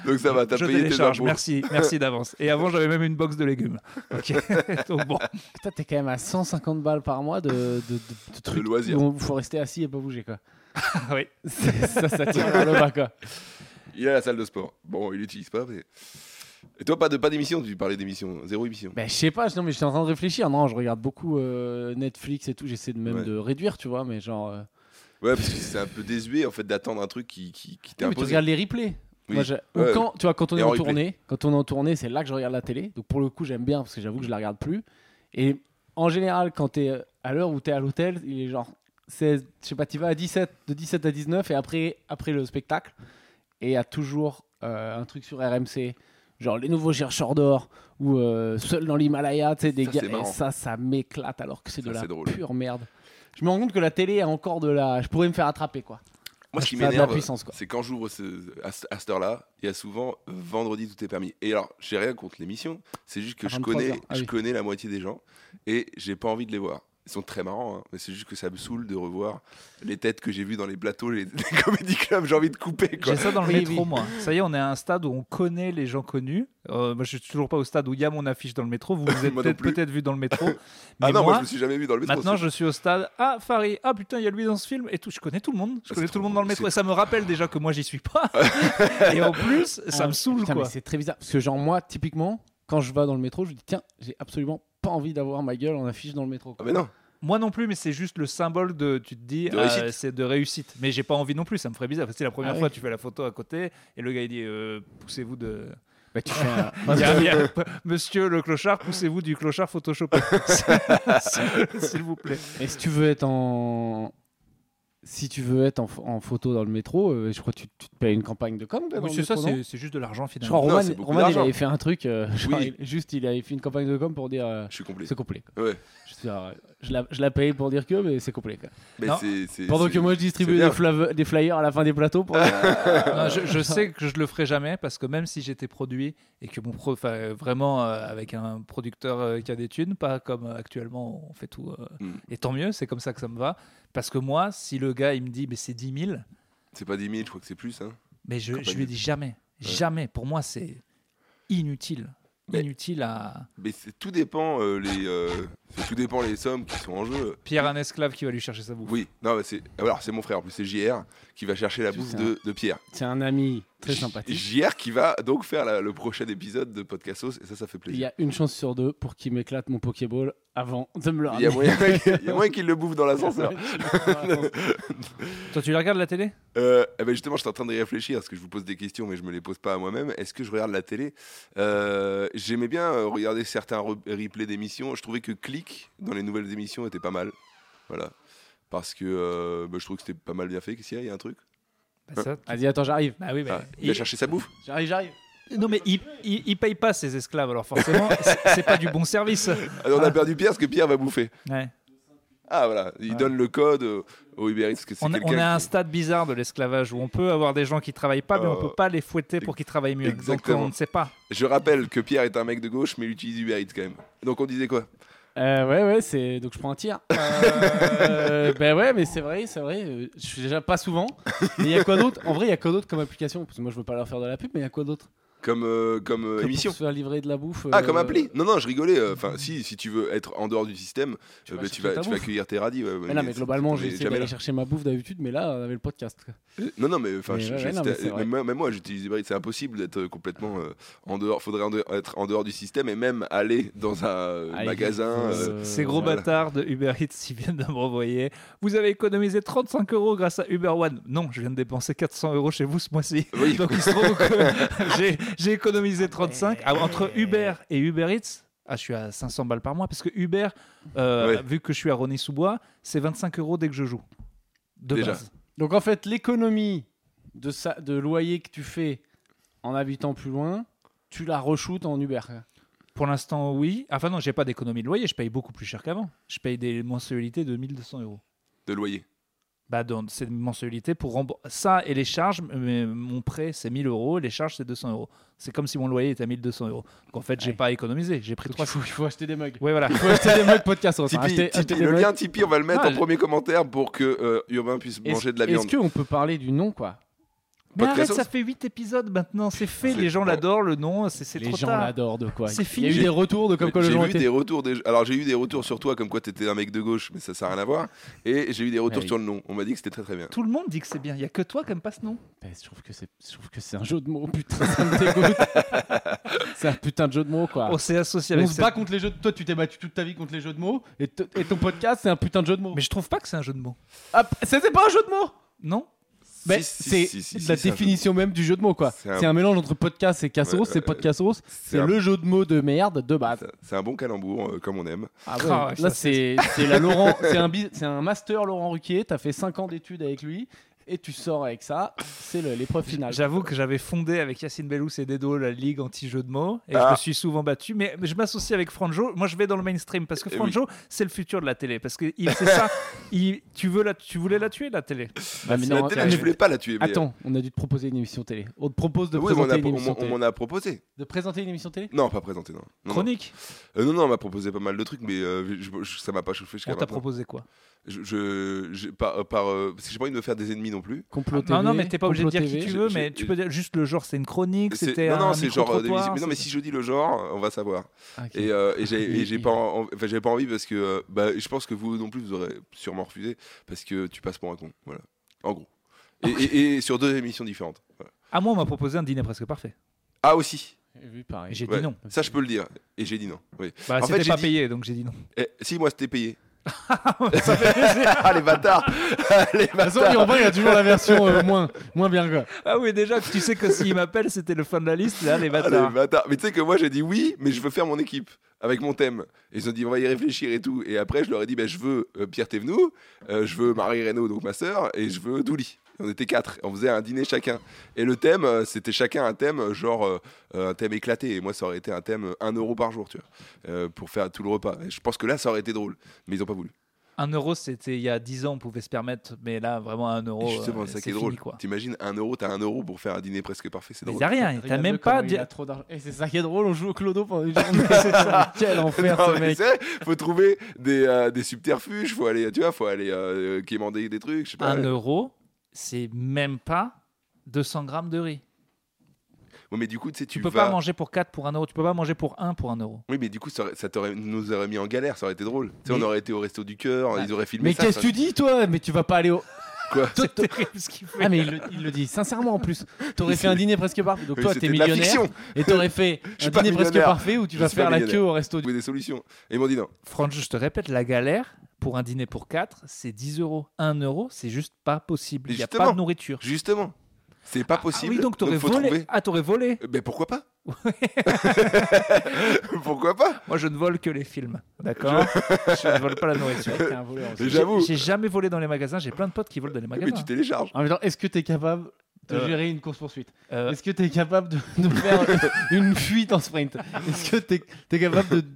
S1: Donc ça va, bah, t'as
S3: je
S1: payé tes
S3: télécharge,
S1: impôts.
S3: merci, merci d'avance. Et avant j'avais même une box de légumes. Ok, donc bon.
S2: Putain, t'es quand même à 150 balles par mois de, de, de, de trucs
S1: loisirs.
S2: où il faut rester assis et pas bouger quoi.
S3: oui.
S2: C'est- ça, ça tire vers le bas quoi.
S1: Il a la salle de sport. Bon, il l'utilise pas, mais. Et toi, pas de- pas d'émission Tu parlais d'émission, zéro émission.
S2: Ben, je sais pas, non, mais j'étais en train de réfléchir. Non, je regarde beaucoup euh, Netflix et tout. J'essaie de même
S1: Ouais.
S2: de réduire, tu vois, mais genre. euh,
S1: Ouais, parce que c'est un peu désuet en fait d'attendre un truc qui, qui, qui t'est
S2: non, mais tu
S1: imposé.
S2: regardes les replays.
S1: Oui.
S2: Moi, je- ou
S1: Ouais.
S2: quand, tu vois, quand on
S1: Et
S2: est
S1: en
S2: en
S1: replay.
S2: tournée, quand on est en tournée, c'est là que je regarde la télé. Donc pour le coup, j'aime bien parce que j'avoue que je la regarde plus. Et en général, quand t'es euh, à l'heure où t'es à l'hôtel, il est genre 16, je sais pas, tu vas à 17, de 17 à 19 et après, après le spectacle. Et il y a toujours euh, un truc sur RMC, genre les nouveaux chercheurs d'or ou euh, seul dans l'Himalaya, tu sais, des
S1: Ça,
S2: gars.
S1: c'est marrant.
S2: Et ça, ça m'éclate alors que c'est
S1: Ça,
S2: de la
S1: c'est drôle.
S2: pure merde. Je me rends compte que la télé a encore de la. Je pourrais me faire attraper quoi.
S1: Moi, ce qui
S2: Ça a de la
S1: m'énerve,
S2: puissance quoi.
S1: c'est quand j'ouvre ce- à, ce- à cette heure-là, il y a souvent euh, vendredi tout est permis. Et alors, j'ai rien contre l'émission, c'est juste que
S2: À
S1: je
S2: 23
S1: connais,
S2: heures, ah
S1: je
S2: oui.
S1: connais la moitié des gens et j'ai pas envie de les voir. Ils sont très marrants, hein, mais c'est juste que ça me saoule de revoir les têtes que j'ai vues dans les plateaux, les, les comédie clubs. J'ai envie de couper quoi.
S3: J'ai ça dans le
S2: Oui,
S3: métro,
S2: oui.
S3: moi. Ça y est, on est à un stade où on connaît les gens connus. Euh, moi, je suis toujours pas au stade où il y a mon affiche dans le métro. Vous vous êtes
S1: Moi non
S3: peut-être
S1: plus.
S3: peut-être vu dans le métro. Mais
S1: Ah non, moi,
S3: moi,
S1: je me suis jamais vu dans le métro.
S3: maintenant,
S1: c'est-
S3: je suis au stade. Ah, Farid. Ah, putain, il y a lui dans ce film. Et tout. Je connais tout le monde. Je
S1: Ah,
S3: connais
S1: c'est
S3: tout le
S1: trop
S3: monde dans le
S1: cool.
S3: métro. Et ça me rappelle déjà que moi, j'y suis pas. et en plus, ça
S2: Ah,
S3: me saoule,
S2: putain,
S3: quoi.
S2: mais C'est très bizarre. Parce que, genre, moi, typiquement, quand je vais dans le métro, je dis, tiens, j'ai absolument pas envie d'avoir ma gueule en affiche dans le métro.
S1: Ah
S2: quoi.
S1: mais non,
S3: Moi non plus, mais c'est juste le symbole de. Tu te dis,
S1: De
S3: ah,
S1: réussite.
S3: c'est de réussite. Mais j'ai pas envie non plus, ça me ferait bizarre. C'est la première
S2: Ah
S3: fois
S2: oui.
S3: que tu fais la photo à côté et le gars il dit, euh, poussez-vous de.
S2: Bah, tu fais un-
S3: Il y a- il y a- Monsieur le clochard, poussez-vous du clochard Photoshop. S'il vous plaît.
S2: Et si tu veux être en. Si tu veux être en, ph- en photo dans le métro, euh, je crois que tu, tu te payes une campagne de com. toi, dans
S3: Oui,
S2: le
S3: c'est ça,
S2: métro, non
S3: c'est c'est juste de l'argent
S2: Je crois
S3: finalement.
S1: Non,
S2: Roman,
S1: c'est beaucoup
S2: Roman, il
S1: d'argent.
S2: avait fait un truc, euh, genre,
S1: Oui.
S2: il- juste il avait fait une campagne de com pour dire euh,
S1: Je suis complet.
S2: c'est complet. quoi.
S1: Ouais.
S2: Je, veux dire, euh, je la, je la paye pour dire que, mais c'est complet. quoi.
S1: Mais
S3: Non.
S1: c'est- c'est-
S2: Pendant
S1: c'est-
S2: que moi je distribuais
S1: c'est
S2: des,
S1: bien. Ah.
S2: flave- des flyers à la fin des plateaux pour.
S3: Non, je, je sais que je le ferai jamais parce que même si j'étais produit et que mon pro, enfin, euh, vraiment euh, avec un producteur euh, qui a des thunes, pas comme euh, actuellement on fait tout. euh,
S1: Mm.
S3: Et tant mieux, c'est comme ça que ça me va. Parce que moi, si le gars il me dit mais c'est 10 000,
S1: C'est pas 10 000, je crois que c'est plus. hein.
S3: mais je, je
S1: Compagnie.
S3: lui dis jamais, jamais. Pour moi, c'est inutile,
S1: Mais-
S3: inutile à
S1: Mais c'est- tout dépend euh, les euh, c'est- tout dépend les sommes qui sont en jeu.
S3: Pierre un esclave qui va lui chercher sa bouffe.
S1: Oui, non, mais c'est alors c'est mon frère, en plus c'est JR qui va chercher la bouffe
S2: Putain.
S1: de, de Pierre.
S2: C'est un ami très sympathique.
S1: JR qui va donc faire la- le prochain épisode de Podcastos et ça, ça fait
S2: Il y
S1: plaisir.
S2: a une chance sur deux pour qu'il m'éclate mon Pokéball avant de me le
S1: Il y a
S2: ramener.
S1: moyen, il y a moyen qu'il le bouffe dans l'ascenseur.
S3: Toi, tu la regardes la télé
S1: Euh, eh ben justement, j'étais en train de réfléchir parce que je vous pose des questions, mais je me les pose pas à moi-même. Est-ce que je regarde la télé Euh, J'aimais bien euh, regarder certains re- replays d'émissions. Je trouvais que Click dans les nouvelles émissions était pas mal. Voilà. Parce que euh, bah, je trouve que c'était pas mal bien fait. Qu'est-ce qu'il y a Il y a un truc Euh.
S3: Bah, ça, tu-
S2: Vas-y, attends, j'arrive.
S3: bah oui, mais
S1: Ah, Il
S3: il-
S1: a cherché sa bouffe
S2: J'arrive, j'arrive.
S3: non mais il, il, il paye pas ses esclaves, alors forcément, c'est- c'est pas du bon service.
S1: Ah, On a perdu Pierre parce que Pierre va bouffer.
S3: Ouais.
S1: Ah voilà, il
S3: Ouais.
S1: donne le code euh, au Uber Eats parce que c'est
S3: On a,
S1: quelqu'un.
S3: on a un
S1: qui-
S3: stade bizarre de l'esclavage où on peut avoir des gens qui travaillent pas, mais on
S1: Euh,
S3: peut pas les fouetter pour qu'ils travaillent mieux.
S1: exactement.
S3: Donc on ne sait pas.
S1: Je rappelle que Pierre est un mec de gauche, mais il utilise Uber Eats quand même. Donc on disait quoi
S2: Euh, ouais, ouais, c'est. Donc je prends un tir. Euh, ben ouais, mais c'est vrai, c'est vrai. euh, Je suis déjà pas souvent. Mais il y a quoi d'autre En vrai, il y a quoi d'autre comme application Parce que moi, je veux pas leur faire de la pub, mais il y a quoi d'autre
S1: Comme euh, comme euh,
S2: Que
S1: émission.
S2: Pour se faire livrer de la bouffe.
S1: Ah,
S2: euh,
S1: comme appli Non, non, je rigolais. euh, Enfin, si, si tu veux être en dehors du système,
S2: Tu
S1: euh,
S2: vas
S1: bah,
S2: chercher
S1: tu, vas,
S2: ta
S1: tu vas
S2: bouffe.
S1: accueillir tes radis. ouais,
S2: Mais
S1: mais
S2: non, mais globalement,
S1: on
S2: j'ai
S1: est
S2: essayé
S1: jamais
S2: d'aller
S1: là.
S2: chercher ma bouffe d'habitude, mais là, on avait le podcast. quoi.
S1: Non, non, mais enfin,
S2: Mais
S1: je-
S2: ouais,
S1: je-
S2: ouais, non,
S1: c'était-
S2: mais c'est vrai.
S1: même, même moi, j'utilise Uber Eats. C'est impossible d'être euh, complètement euh, en dehors. Faudrait en dehors- être en dehors du système et même aller dans un euh,
S2: Ah, il-
S1: magasin.
S2: euh,
S1: euh,
S3: Ces gros
S1: voilà.
S3: bâtards de Uber Eats ils viennent de me renvoyer. Vous avez économisé 35 euros grâce à Uber One. Non, je viens de dépenser 400 euros chez vous ce mois-ci.
S1: Oui.
S3: Donc il se trouve que j'ai- j'ai économisé 35. Ah, entre Uber et Uber Eats, ah, je suis à 500 balles par mois parce que Uber, euh,
S1: Ouais.
S3: vu que je suis à Ronny-sous-Bois, c'est 25 euros dès que je joue. De
S1: Déjà.
S3: base.
S2: Donc en fait, l'économie de, sa... de loyer que tu fais en habitant plus loin, tu la reshootes en Uber. quoi.
S3: Pour l'instant, oui. Enfin, non, j'ai pas d'économie de loyer. Je paye beaucoup plus cher qu'avant. Je paye des mensualités de 1200 euros.
S1: de loyer.
S3: Bah, dans ces mensualités pour rembourser ça et les charges. Mais mon prêt, c'est 1000 euros. Les charges, c'est 200 euros. C'est comme si mon loyer était à 1200 euros. Donc, en fait, j'ai
S2: Ouais.
S3: pas économisé. J'ai pris
S2: Donc,
S3: 3
S2: il, faut, il faut acheter des mugs.
S3: Oui, voilà.
S2: Il faut acheter des mugs podcast. on va
S1: Tipeee,
S2: acheter-
S1: Tipeee,
S2: acheter des
S1: le
S2: mugs.
S1: lien Tipeee, on va le mettre
S3: Ah,
S1: en
S3: je-
S1: premier commentaire pour que euh, Urbain puisse
S2: Est-ce-
S1: manger de la viande.
S2: Est-ce qu'on peut parler du nom, quoi
S3: Mais
S1: Podcast
S3: arrête,
S1: sauce.
S3: ça fait 8 épisodes maintenant. C'est fait.
S1: C'est-
S3: Les gens
S1: bon.
S3: l'adorent. Le nom, c'est c'est
S2: Les
S3: trop
S2: gens
S3: tard.
S2: l'adorent de quoi.
S3: C'est
S2: Il y
S1: fini.
S2: a eu des retours de comme quoi le
S1: j'ai
S2: gens
S1: vu des retours des- alors j'ai eu des retours sur toi comme quoi t'étais un mec de gauche mais ça ça a rien à voir et j'ai eu des retours
S2: Ouais.
S1: sur le nom on m'a dit que c'était très très bien
S3: Tout le monde dit que c'est bien. Il y a que toi qui aime pas ce nom.
S2: Ben, je trouve que c'est, je trouve que c'est un jeu de mots. Putain, ça me dégoûte. c'est un putain de jeu de mots quoi.
S3: On s'est associé
S2: On
S3: avec
S2: se
S3: cette-
S2: bat contre les jeux. De... Toi, tu t'es battu toute ta vie contre les jeux de mots, et, t- et ton podcast, c'est un putain de jeu de mots.
S3: Mais je trouve pas que c'est un jeu de mots.
S2: Ah, c'était pas un jeu de mots.
S3: Non
S2: Mais
S1: Si, si,
S2: c'est
S1: si, si, si,
S2: la
S1: c'est un jeu de
S2: définition même du jeu de mots quoi. C'est
S1: C'est
S2: un,
S1: un-
S2: mélange entre podcast et cassos.
S1: Ouais,
S2: c'est
S1: ouais,
S2: podcastos,
S1: mots.
S2: c'est
S1: un-
S2: le jeu de mots de merde de base.
S1: c'est un bon calembour euh, comme on aime
S2: Ah ouais,
S3: Ah ouais,
S2: là
S3: ça,
S2: c'est c'est la Laurent, c'est un bi- c'est un master Laurent Ruquier. T'as fait 5 ans d'études avec lui et tu sors avec ça. C'est le- l'épreuve finale.
S3: J'avoue que j'avais fondé avec Yacine Bellous et Dedo la ligue anti-jeu de mots et je
S1: Ah.
S3: me suis souvent battu. Mais mais je m'associe avec Franjo. Moi, je vais dans le mainstream parce que
S1: Eh
S3: Franjo, c'est le futur de la télé. Parce que il- c'est ça. Il- tu, veux la, tu voulais la tuer, la télé.
S2: Ah, mais
S1: C'est
S2: non,
S1: la télé,
S2: attends,
S1: je voulais pas la tuer mais-
S2: Attends, on a dû te proposer une émission télé. On te propose de
S1: Oui, mais on
S2: présenter
S1: a-
S2: une émission
S1: on- on
S2: télé.
S1: m'en a proposé
S2: De présenter une émission télé
S1: non pas présenté non non non.
S3: Chronique.
S1: Euh, non, non, on m'a proposé pas mal de trucs mais euh, je- je- ça m'a pas chauffé jusqu'à
S3: On t'a
S1: maintenant
S3: proposé quoi
S1: je, je- j'ai par, euh, par, euh, parce que j'ai pas envie de me faire des ennemis non plus
S2: Complot
S3: Non,
S2: TV,
S3: non, mais t'es pas obligé de dire
S2: Complot
S3: qui
S2: TV.
S3: tu veux,
S1: Je-
S3: mais
S1: je-
S3: tu peux dire juste le genre. C'est une chronique,
S1: C'est-
S3: c'était.
S1: non
S3: un
S1: non c'est genre euh, des
S3: micro-trottoir,
S1: émissions- mais non mais si je dis le genre on va savoir
S2: Ah, ok.
S1: Et, euh, et j'ai- et j'ai
S2: Il-
S1: pas, en- enfin, j'avais pas envie parce que euh, bah, je pense que vous non plus vous aurez sûrement refusé parce que tu passes pour un con. Voilà, en gros. Et, et- et sur deux émissions différentes. Voilà.
S3: À Ah, moi, on m'a proposé un dîner presque parfait.
S1: Ah aussi.
S2: J'ai vu Eh pareil.
S3: J'ai
S1: Ouais.
S3: dit non.
S1: Ça je peux le dire. Et j'ai dit non. Oui.
S3: Bah,
S1: En fait,
S3: c'était
S1: j'ai
S3: pas
S1: dit-
S3: payé, donc j'ai dit non.
S1: Eh, si moi c'était payé.
S3: Ça fait plaisir.
S1: Ah, les bâtards Les
S2: De toute façon,
S1: bâtards
S2: Urbain, il y a toujours la version euh, moins, moins bien, quoi.
S3: Ah oui, déjà, tu sais que s'il m'appelle, c'était le fin de la liste. Là, les
S1: Ah, les
S3: bâtards.
S1: bâtards. Mais tu sais que moi, j'ai dit oui, mais je veux faire mon équipe avec mon thème. Et ils ont dit, on va y réfléchir et tout. Et après, je leur ai dit, ben, je veux euh, Pierre Thévenoud, euh, je veux Marie Reynaud, donc ma sœur, et je veux Douli. On était quatre, on faisait un dîner chacun. Et le thème, euh, c'était chacun un thème, euh, genre euh, euh, un thème éclaté. Et moi, ça aurait été un thème 1 euro par jour, tu vois, euh, pour faire tout le repas. Et je pense que là, ça aurait été drôle, mais ils n'ont pas voulu.
S3: Un euro, c'était il y a 10 ans, on pouvait se permettre. Mais là, vraiment, un euro.
S1: et justement,
S3: euh,
S1: c'est ça qui
S3: c'est
S1: est drôle.
S3: fini, quoi.
S1: T'imagines, 1 euro, t'as 1 euro pour faire un dîner presque parfait, c'est
S3: Mais
S1: drôle.
S3: y a rien. T'as
S2: Regarde-le
S3: même
S2: comment
S3: pas.
S2: il
S3: dit-
S2: a trop d'argent. Et c'est ça qui est drôle, on joue au clodo pendant une journée. c'est ça. Quel enfer,
S1: Non,
S2: ce
S1: mais
S2: mec.
S1: tu sais, faut trouver des, euh, des subterfuges, faut aller, tu vois, faut aller euh, quémander des trucs, je sais pas.
S3: Un euro, c'est même pas 200 grammes de riz.
S1: Ouais, mais du coup, tu sais, tu,
S3: Tu peux
S1: vas.
S3: pas manger pour 4 pour 1 euro. Tu peux pas manger pour 1 pour 1 euro.
S1: Oui, mais du coup, ça, aurait- ça t'aurait- nous aurait mis en galère, ça aurait été drôle. Tu sais,
S3: Mais-
S1: on aurait été au resto du cœur,
S3: Ouais.
S1: ils auraient filmé
S2: Mais
S1: ça.
S2: qu'est-ce
S1: ça-
S2: que tu dis, toi Mais tu vas pas aller au.
S1: Quoi
S2: Toi, t'aurais-
S3: Terrible ce qu'il fait.
S2: Ah mais il le, il le dit sincèrement en plus. T'aurais fait un dîner presque parfait. Donc
S1: Oui,
S2: toi
S1: c'était
S2: t'es
S1: de la
S2: millionnaire
S1: fiction.
S2: et t'aurais fait
S1: suis
S2: un
S1: pas
S2: dîner presque
S1: millionnaire.
S2: parfait où tu
S1: Je
S2: vas
S1: suis pas
S2: faire la
S1: millionnaire.
S2: queue au resto du.
S1: Trouver des solutions. Et ils m'ont dit non.
S3: Franck, je te répète, la galère pour un dîner pour 4, c'est 10 euros. 1 euro, c'est juste pas possible.
S1: Mais
S3: Il n'y a
S1: justement,
S3: pas de nourriture.
S1: Justement, c'est pas
S3: Ah,
S1: possible.
S3: Ah oui, donc t'aurais
S1: faut
S3: volé.
S1: trouver.
S3: Ah, t'aurais volé.
S1: Euh, Mais pourquoi pas Pourquoi pas
S3: Moi, je ne vole que les films. D'accord Je ne vole pas la nourriture.
S2: T'es un voleur aussi.
S1: Mais J'avoue.
S3: J'ai jamais volé dans les magasins. J'ai plein de potes qui volent dans les
S1: Mais
S3: magasins.
S1: tu télécharges.
S2: En même temps, est-ce que t'es capable de
S3: Euh.
S2: gérer une course poursuite
S3: Euh,
S2: Est-ce que t'es capable de, de faire une fuite en sprint Est-ce que t'es es capable de Tu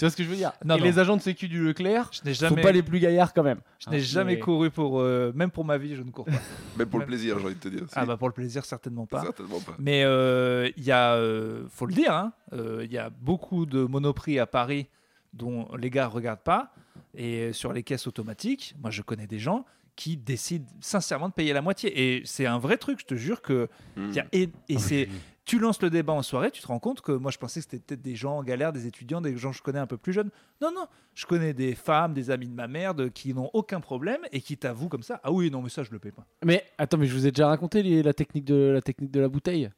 S2: vois ce que je veux dire
S3: Non,
S2: Et
S3: non.
S2: les agents de sécu du Leclerc,
S3: je n'ai
S2: faut
S3: jamais,
S2: pas les plus gaillards quand même.
S3: je n'ai
S2: Hein,
S3: jamais
S2: mais-
S3: couru pour. euh, même pour ma vie, je ne cours pas.
S1: Même Ben, pour le plaisir, j'ai envie de te dire.
S3: ah,
S1: Si,
S3: bah pour le plaisir, certainement pas.
S1: Certainement pas.
S3: Mais euh, il y a, euh, faut le dire, hein, euh, il y a beaucoup de monoprix à Paris dont les gars ne regardent pas. Et sur les caisses automatiques, moi je connais des gens qui décident sincèrement de payer la moitié. Et c'est un vrai truc, je te jure que.
S1: Hmm.
S3: il y a-
S2: Ah
S3: et et c'est. Tu lances le débat en soirée, tu te rends compte que moi je pensais que c'était peut-être des gens en galère, des étudiants, des gens que je connais un peu plus jeunes. Non, non, je connais des femmes, des amis de ma mère de- qui n'ont aucun problème et qui t'avouent comme ça Ah oui, non, mais ça je le paye pas.
S2: Mais attends, mais je vous ai déjà raconté les- la technique de la technique de la bouteille.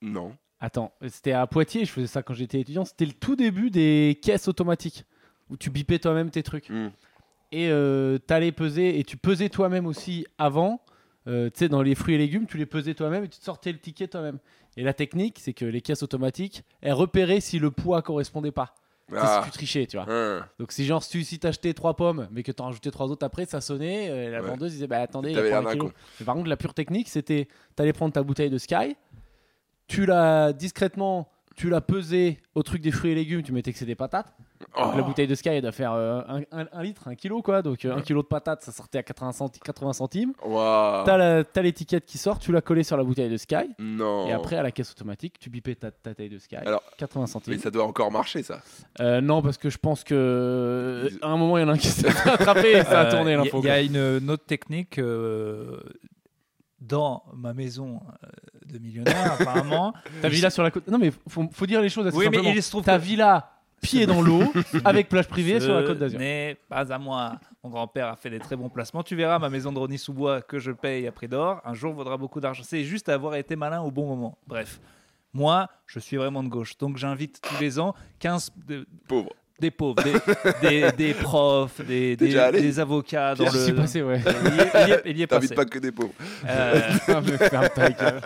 S1: Hmm. Non.
S2: Attends, c'était à Poitiers, je faisais ça quand j'étais étudiant. C'était le tout début des caisses automatiques où tu bipais toi-même tes trucs.
S1: Hmm.
S2: Et euh, t'allais peser et tu pesais toi-même aussi avant. Euh, tu sais, dans les fruits et légumes, tu les pesais toi-même et tu te sortais le ticket toi-même. Et la technique, c'est que les caisses automatiques, elles repéraient si le poids correspondait pas. C'est
S1: Ah.
S2: Si tu trichais, tu vois.
S1: Hein.
S2: Donc si genre si si t'achetais trois pommes mais que t'en rajoutais trois autres après, ça sonnait. euh, et la
S1: Ouais.
S2: vendeuse disait bah attendez, il y a
S1: T'avais
S2: pas
S1: l'air
S2: un
S1: d'un
S2: kilo.
S1: con.
S2: Mais par contre la pure technique c'était t'allais prendre ta bouteille de Sky, tu la discrètement tu la pesais au truc des fruits et légumes, tu mettais que c'est des patates.
S1: Oh.
S2: Donc, La bouteille de Sky elle doit faire euh, un, un- un litre, un kilo quoi. Donc euh, un kilo de patates ça sortait à 80 centimes. 80 centimes.
S1: Waouh.
S2: T'as la- T'as l'étiquette qui sort, tu la collais sur la bouteille de Sky.
S1: Non.
S2: Et après à la caisse automatique tu bipais ta, ta taille de Sky.
S1: Oh. Alors-
S2: 80
S1: Mais
S2: centimes.
S1: ça doit encore marcher, ça.
S2: Euh, non parce que je pense que
S1: Ils-
S2: à un moment il y en a un qui s'est fait attraper et ça a
S3: Euh,
S2: tourné
S3: il y-
S2: l'info.
S3: Il y, a une, une autre technique euh, dans ma maison euh, de millionnaire, apparemment.
S2: Ta villa sur la côte. Non, mais faut, faut dire les choses assez
S3: oui, mais
S2: simplement.
S3: il se trouve
S2: Ta
S3: que
S2: villa pied dans l'eau avec plage privée
S3: ce
S2: sur la côte d'Azur.
S3: n'est pas à moi. Mon grand-père a fait des très bons placements. Tu verras, ma maison de Ronny sous bois que je paye à prix d'or, un jour vaudra beaucoup d'argent. C'est juste avoir été malin au bon moment. Bref. Moi, je suis vraiment de gauche. Donc j'invite tous les ans 15 de-
S1: Pauvre.
S3: des pauvres, des, des- des profs,
S1: T'es
S3: des, des-
S1: déjà allé
S3: des avocats dans
S2: Pierre,
S3: le.
S2: c'est passé, ouais.
S3: Il y est- il y est- il y est
S1: T'invites
S3: passé.
S1: pas que des pauvres.
S3: Euh,
S2: Ah, mais ferme ta gueule.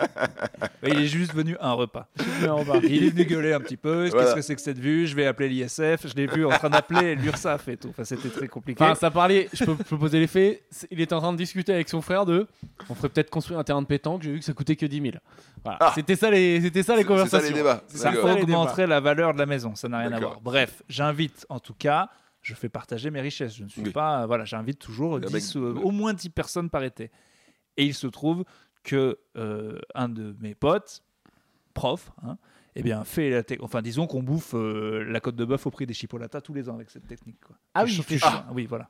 S3: Ouais, Il est juste venu un repas.
S2: Mais on va.
S3: Il est venu gueuler un petit peu. Qu'est-ce
S1: Voilà.
S3: que c'est que cette vue Je vais appeler l'ISF. Je l'ai vu en train d'appeler l'URSAF et tout. Enfin, c'était très compliqué.
S2: Enfin, ça parlait, je peux, je peux poser les faits. C'est- Il était en train de discuter avec son frère de on ferait peut-être construire un terrain de pétanque. J'ai vu que ça coûtait que 10 000. Voilà.
S1: Ah.
S2: C'était ça les, c'était ça les
S1: C'est- c'est ça
S2: conversations.
S1: les débats.
S2: C'est
S3: ça
S2: ça, les débats.
S3: augmenterait la valeur de la maison. Ça n'a rien à
S1: D'accord.
S3: voir. Bref, j'invite en tout cas. Je fais partager mes richesses. Je ne suis
S1: Oui.
S3: pas. euh, Voilà, j'invite toujours
S1: Le
S3: 10,
S1: mec-
S3: euh, au moins 10 personnes par été. Et il se trouve que euh, un de mes potes, prof, hein, eh bien, fait la tec- Enfin, disons qu'on bouffe euh, la côte de bœuf au prix des chipolatas tous les ans avec cette technique. quoi.
S2: Ah
S3: Tu
S2: oui,
S3: chauffes-
S2: il fait
S3: tu chauffes- oui, voilà.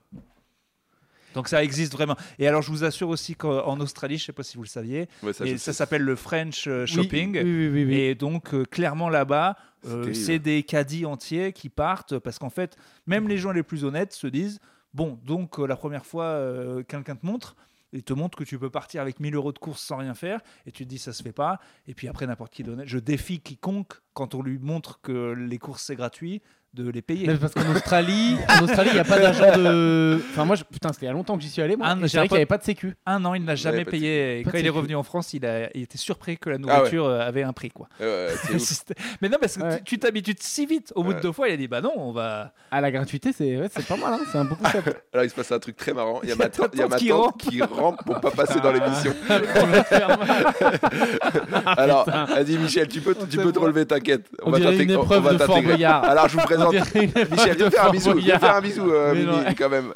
S3: Donc ça existe vraiment. Et alors, je vous assure aussi qu'en Australie, je ne sais pas si vous le saviez,
S1: Ouais, ça,
S3: et
S1: je
S3: ça
S1: sais.
S3: s'appelle le French euh,
S2: Oui,
S3: Shopping.
S2: Oui, oui, oui. oui.
S3: Et donc, euh, clairement, là-bas, euh,
S1: terrible.
S3: c'est des caddies entiers qui partent parce qu'en fait, même les gens les plus honnêtes se disent Bon, donc, euh, la première fois, euh, quelqu'un te montre. Il te montre que tu peux partir avec 1000 euros de course sans rien faire, et tu te dis ça se fait pas. Et puis après, n'importe qui d'honnête, je défie quiconque quand on lui montre que les courses c'est gratuit de les payer.
S2: Non, mais parce qu'en Australie, en Australie, il n'y a pas d'agent de. Enfin, moi, je- putain, c'était il y a longtemps que j'y suis allé, moi.
S3: Ah,
S2: et
S3: j'ai
S2: c'est
S3: un
S2: vrai qu'il
S3: pote-
S2: n'y avait pas de sécu.
S3: Un an, il n'a jamais
S1: pas de Ah
S3: payé. Et
S2: Pas de
S3: quand il est
S2: sécu.
S3: revenu en France, il, a, il était surpris que la
S1: ouais.
S3: nourriture euh, avait un prix. Quoi.
S1: Euh, c'est ouf.
S3: C'était- Mais non, parce que
S2: Ouais.
S3: tu- tu t'habitues si vite. Au bout de
S1: Ouais.
S3: deux fois, il a dit Bah non, on va.
S2: À Ah, la gratuité, c'est ouais, c'est pas mal, hein, c'est un bon
S1: Ah,
S2: concept.
S1: Alors il se passe un truc très marrant. Il y a ma
S3: ta
S1: tante, il y a
S3: tante
S1: ma
S3: qui
S1: tante qui rampe pour pas passer dans l'émission. Alors, vas-y Michel, tu peux,
S3: On
S1: tu
S3: te
S1: peux te
S3: voit.
S1: relever, t'inquiète.
S2: On, dirait une
S1: t'intégrer-
S2: épreuve
S1: va
S2: de Fort
S1: t'intégrer.
S2: Boyard.
S1: Alors je vous
S2: On
S1: présente
S2: dirait une épreuve
S1: Michel,
S2: de
S1: viens faire un
S2: Fort
S1: bisou, viens
S2: Boyard.
S1: faire un bisou, euh,
S2: Mais non.
S1: Mimi, quand même.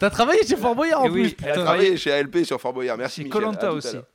S2: T'as travaillé chez Fort Boyard en
S3: Et oui,
S2: plus.
S1: Elle a travaillé chez ALP sur Fort Boyard. Merci.
S3: Chez
S1: Michel. À
S3: Colanta
S1: tout à
S3: aussi.
S1: l'heure.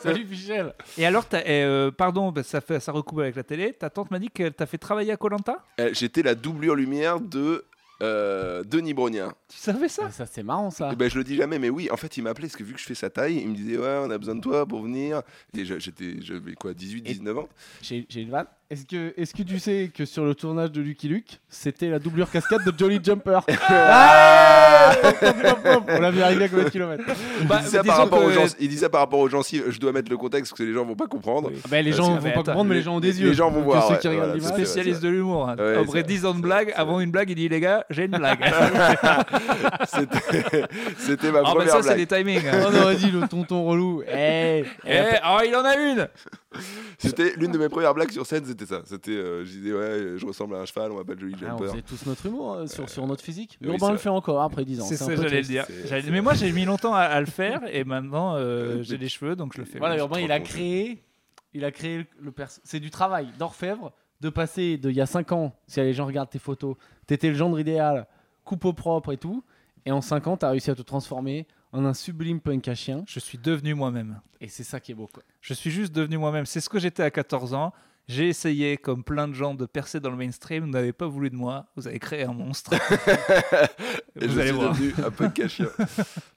S2: Salut Michel.
S3: Et alors, t'as- eh, euh, pardon, bah, ça, fait, ça recoupe avec la télé. Ta tante m'a dit qu'elle t'a fait travailler à Colanta
S1: Euh, J'étais la doublure lumière de euh, Denis Brognard.
S3: Tu savais ça
S2: Ça, c'est marrant ça.
S1: Eh ben, je le dis jamais, mais oui, en fait, il m'appelait parce que vu que je fais sa taille, il me disait Ouais, on a besoin de toi pour venir. Et je- j'étais, j'avais quoi, 18,
S2: Et-
S1: 19 ans
S2: J'ai j'ai une vanne. Est-ce que, est que tu sais que sur le tournage de Lucky Luke, c'était la doublure cascade de Jolly Jumper Ah Hop, hop, hop, hop. On l'avait arrivé à combien de kilomètres
S1: il,
S3: Bah,
S1: disait ça
S3: disons
S1: par rapport
S3: que-
S1: aux gens, il disait ça par rapport aux gencives. Je dois mettre le contexte parce que les gens vont pas comprendre.
S2: Ah bah, Les
S1: Euh,
S2: gens
S1: c'est-
S2: vont
S3: mais
S2: pas
S3: attends,
S2: comprendre, mais les gens ont des yeux.
S1: Les gens vont
S2: Que
S1: voir.
S2: ceux
S1: ouais,
S2: qui regardent
S1: voilà,
S2: l'image.
S1: c'est vrai,
S3: Spécialiste de l'humour. hein.
S1: Ouais,
S3: Après
S1: c'est-
S3: 10 ans de
S1: c'est-
S3: blague,
S1: c'est-
S3: avant une blague, il dit les gars, j'ai une blague.
S1: c'est vrai. C'était, c'était ma
S3: Ah, bah
S1: première
S3: ça, c'est
S1: blague.
S3: des timings. hein.
S2: On aurait dit Oh le tonton relou. Eh,
S3: Eh, oh, il en a une
S1: C'était l'une de mes premières blagues sur scène, c'était ça. C'était, euh, je disais ouais, je ressemble à un cheval, on m'appelle Jolie
S2: Ah, on
S1: Jumper.
S2: faisait tous notre humour euh, sur, sur notre physique.
S1: oui,
S2: Urbain
S1: c'est
S2: le fait encore après 10 ans.
S3: C'est
S2: C'est un
S3: ça,
S2: peu
S3: j'allais le
S2: triste.
S3: dire.
S1: C'est-
S3: J'allais-
S1: c'est-
S3: Mais moi, j'ai mis longtemps à, à le faire et maintenant, euh, j'ai des cheveux, donc je le fais.
S2: Voilà,
S1: Je
S2: Urbain,
S1: te
S2: il a
S1: raconte.
S2: créé, il a créé le- le perso. C'est du travail d'orfèvre de passer de il y a 5 ans, si les gens regardent tes photos, t'étais le gendre idéal, coupe au propre et tout, et en 5 ans, t'as réussi à te transformer en un sublime punk à chien,
S3: Je suis devenu moi-même.
S2: et c'est ça qui est beau, quoi.
S3: Je suis juste devenu moi-même. C'est ce que j'étais à 14 ans. J'ai essayé, comme plein de gens, de percer dans le mainstream. Vous n'avez pas voulu de moi. Vous avez créé un monstre.
S1: Et
S3: Vous
S1: je
S3: allez
S1: suis
S3: voir.
S1: devenu un peu caché.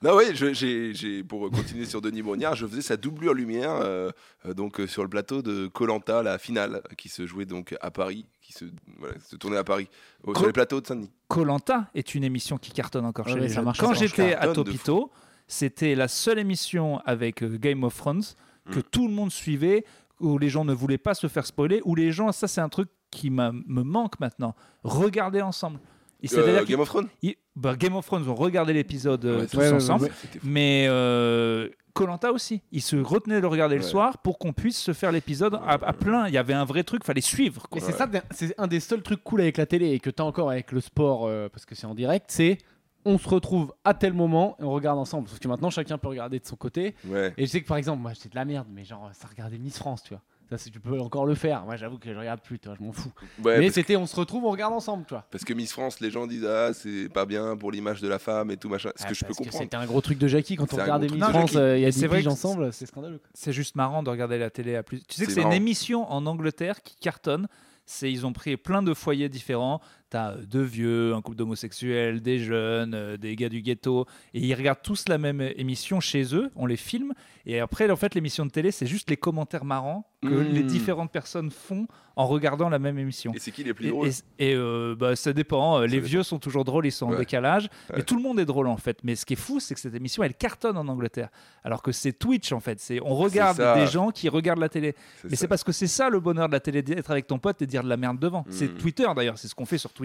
S1: non, oui, je- j'ai- j'ai- pour continuer sur Denis Brognard, je faisais sa doublure lumière euh, euh, donc, euh, sur le plateau de Colanta, la finale, qui se jouait donc à Paris, qui se, voilà, se tournait à Paris, au- sur
S3: Co-
S1: les plateaux de Saint-Denis.
S3: Colanta est une émission qui cartonne encore chez
S2: Ouais,
S3: les
S2: ça
S3: jeunes.
S2: marche
S3: Quand
S2: encore,
S3: j'étais
S1: ça
S3: à
S1: cartonne de
S3: Topito, c'était la seule émission avec euh, Game of Thrones que
S1: Mm.
S3: tout le monde suivait, où les gens ne voulaient pas se faire spoiler, où les gens, ça c'est un truc qui m'a- me manque maintenant, regarder ensemble. Et c'est-à-dire
S1: Euh,
S3: qu'ils-
S1: Game of Thrones
S3: ils- bah, Game of Thrones, on regardait l'épisode euh,
S1: Ouais,
S3: tous
S2: ouais, ouais,
S3: ensemble,
S2: ouais.
S1: C'était fou.
S3: mais euh, Colanta aussi, ils se retenaient de le regarder le
S1: Ouais.
S3: soir pour qu'on puisse se faire l'épisode à, à plein. Il y avait un vrai truc, fallait suivre. quoi.
S2: Mais c'est ça, c'est un des seuls trucs cool avec la télé et que t'as encore avec le sport, euh, parce que c'est en direct, c'est on se retrouve à tel moment et on regarde ensemble. Sauf que maintenant, chacun peut regarder de son côté,
S1: Ouais.
S2: Et je sais que par exemple, moi c'est de la merde, mais genre ça regardait Miss France, tu vois. Ça, c'est- tu peux encore le faire. Moi, j'avoue que je regarde plus, tu vois, je m'en fous.
S1: Ouais,
S2: mais
S1: parce,
S2: c'était, on se retrouve, on regarde ensemble, tu vois.
S1: parce que Miss France, les gens disent Ah, c'est pas bien pour l'image de la femme et tout machin. Ce
S2: Ah,
S1: que je peux
S2: parce
S1: comprendre.
S2: C'était un gros truc de Jackie quand
S1: C'est
S2: on
S1: un
S2: regardait
S1: gros
S2: Miss
S1: truc de
S2: France,
S3: Jackie.
S2: euh, il y a
S3: Et c'est
S2: des
S3: vrai
S2: piges
S3: que
S2: ensemble, c'est scandaleux. quoi.
S3: C'est juste marrant de regarder la télé à plus. Tu sais que
S1: C'est
S3: c'est une
S1: marrant.
S3: émission en Angleterre qui cartonne. C'est ils ont pris plein de foyers différents. T'as euh, deux vieux, un couple d'homosexuels, des jeunes, euh, des gars du ghetto, et ils regardent tous la même euh, émission chez eux. On les filme et après en fait l'émission de télé c'est juste les commentaires marrants que
S1: Mmh.
S3: les différentes personnes font en regardant la même émission.
S1: Et c'est qui les plus
S3: Et,
S1: drôles
S3: et- et, euh, bah, ça dépend. les
S1: dépend.
S3: vieux sont toujours drôles, ils sont en
S1: Ouais.
S3: décalage.
S1: Ouais.
S3: Mais tout le monde est drôle en fait. Mais ce qui est fou, c'est que cette émission, elle cartonne en Angleterre. Alors que c'est Twitch en fait. C'est on regarde
S1: C'est ça.
S3: des gens qui regardent la télé. Mais
S1: ça.
S3: c'est parce que c'est ça le bonheur de la télé, d'être avec ton pote et de dire de la merde devant. C'est
S1: Mm.
S3: Twitter d'ailleurs. C'est ce qu'on fait sur Twitter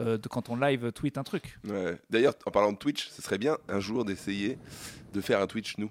S3: euh, de- quand on live tweet un truc.
S1: Ouais. D'ailleurs, en parlant de Twitch, ce serait bien un jour d'essayer de faire un Twitch nous.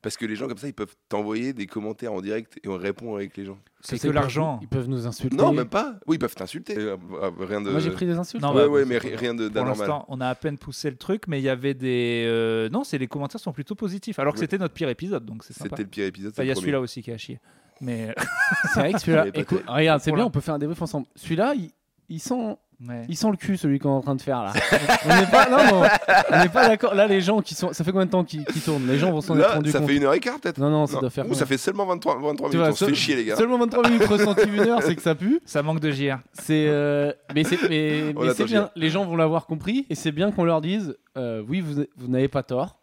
S1: Parce que les gens comme ça, ils peuvent t'envoyer des commentaires en direct et on répond avec les gens.
S3: C'est
S2: Ça,
S3: que
S2: ils
S3: l'argent.
S2: peuvent- Ils peuvent nous insulter.
S1: Non, même pas. Oui, ils peuvent t'insulter. Euh, euh, rien de.
S2: Moi, j'ai pris des insultes.
S3: Non,
S1: ouais,
S3: bah,
S1: ouais,
S2: bon,
S1: mais
S2: c'est
S1: ri-
S2: pas-
S1: rien de
S3: Pour
S1: d'anormal.
S3: l'instant, on a à peine poussé le truc, mais il y avait des. euh, Non, c'est les commentaires sont plutôt positifs. Alors que
S1: Oui.
S3: c'était notre pire épisode, donc c'est sympa.
S1: C'était le pire épisode.
S3: Enfin, Il y a
S1: c'est le
S3: celui-là aussi qui a chier. Mais
S2: C'est vrai que celui-là.
S1: J'avais pas
S2: écoute,
S1: fait.
S2: regarde, c'est
S3: Pour
S2: bien,
S3: la-
S2: on peut faire un débrief ensemble. Celui-là, il, il sent,
S3: ouais.
S2: il sent le cul, celui qu'on est en train de faire là. on n'est pas, non, non, on n'est pas d'accord. Là, les gens qui sont. Ça fait combien de temps qu'ils qu'ils tournent Les gens vont s'en
S1: premier.
S2: être
S1: Là,
S2: rendus
S1: ça
S2: compte.
S1: fait une heure et quart peut-être.
S2: Non, non, ça
S1: Non.
S2: doit faire.
S1: Ouh, ça fait seulement 23, 23 minutes.
S2: Tu vois,
S1: on se
S2: seul-
S1: fait chier, les gars.
S2: Seulement 23 minutes ressenti une heure, c'est que ça pue.
S3: Ça manque de JR.
S2: C'est euh, mais c'est mais,
S1: On
S2: mais
S1: attend
S2: c'est
S1: Gilles.
S2: bien. Les gens vont l'avoir compris et c'est bien qu'on leur dise euh, oui vous, vous n'avez pas tort.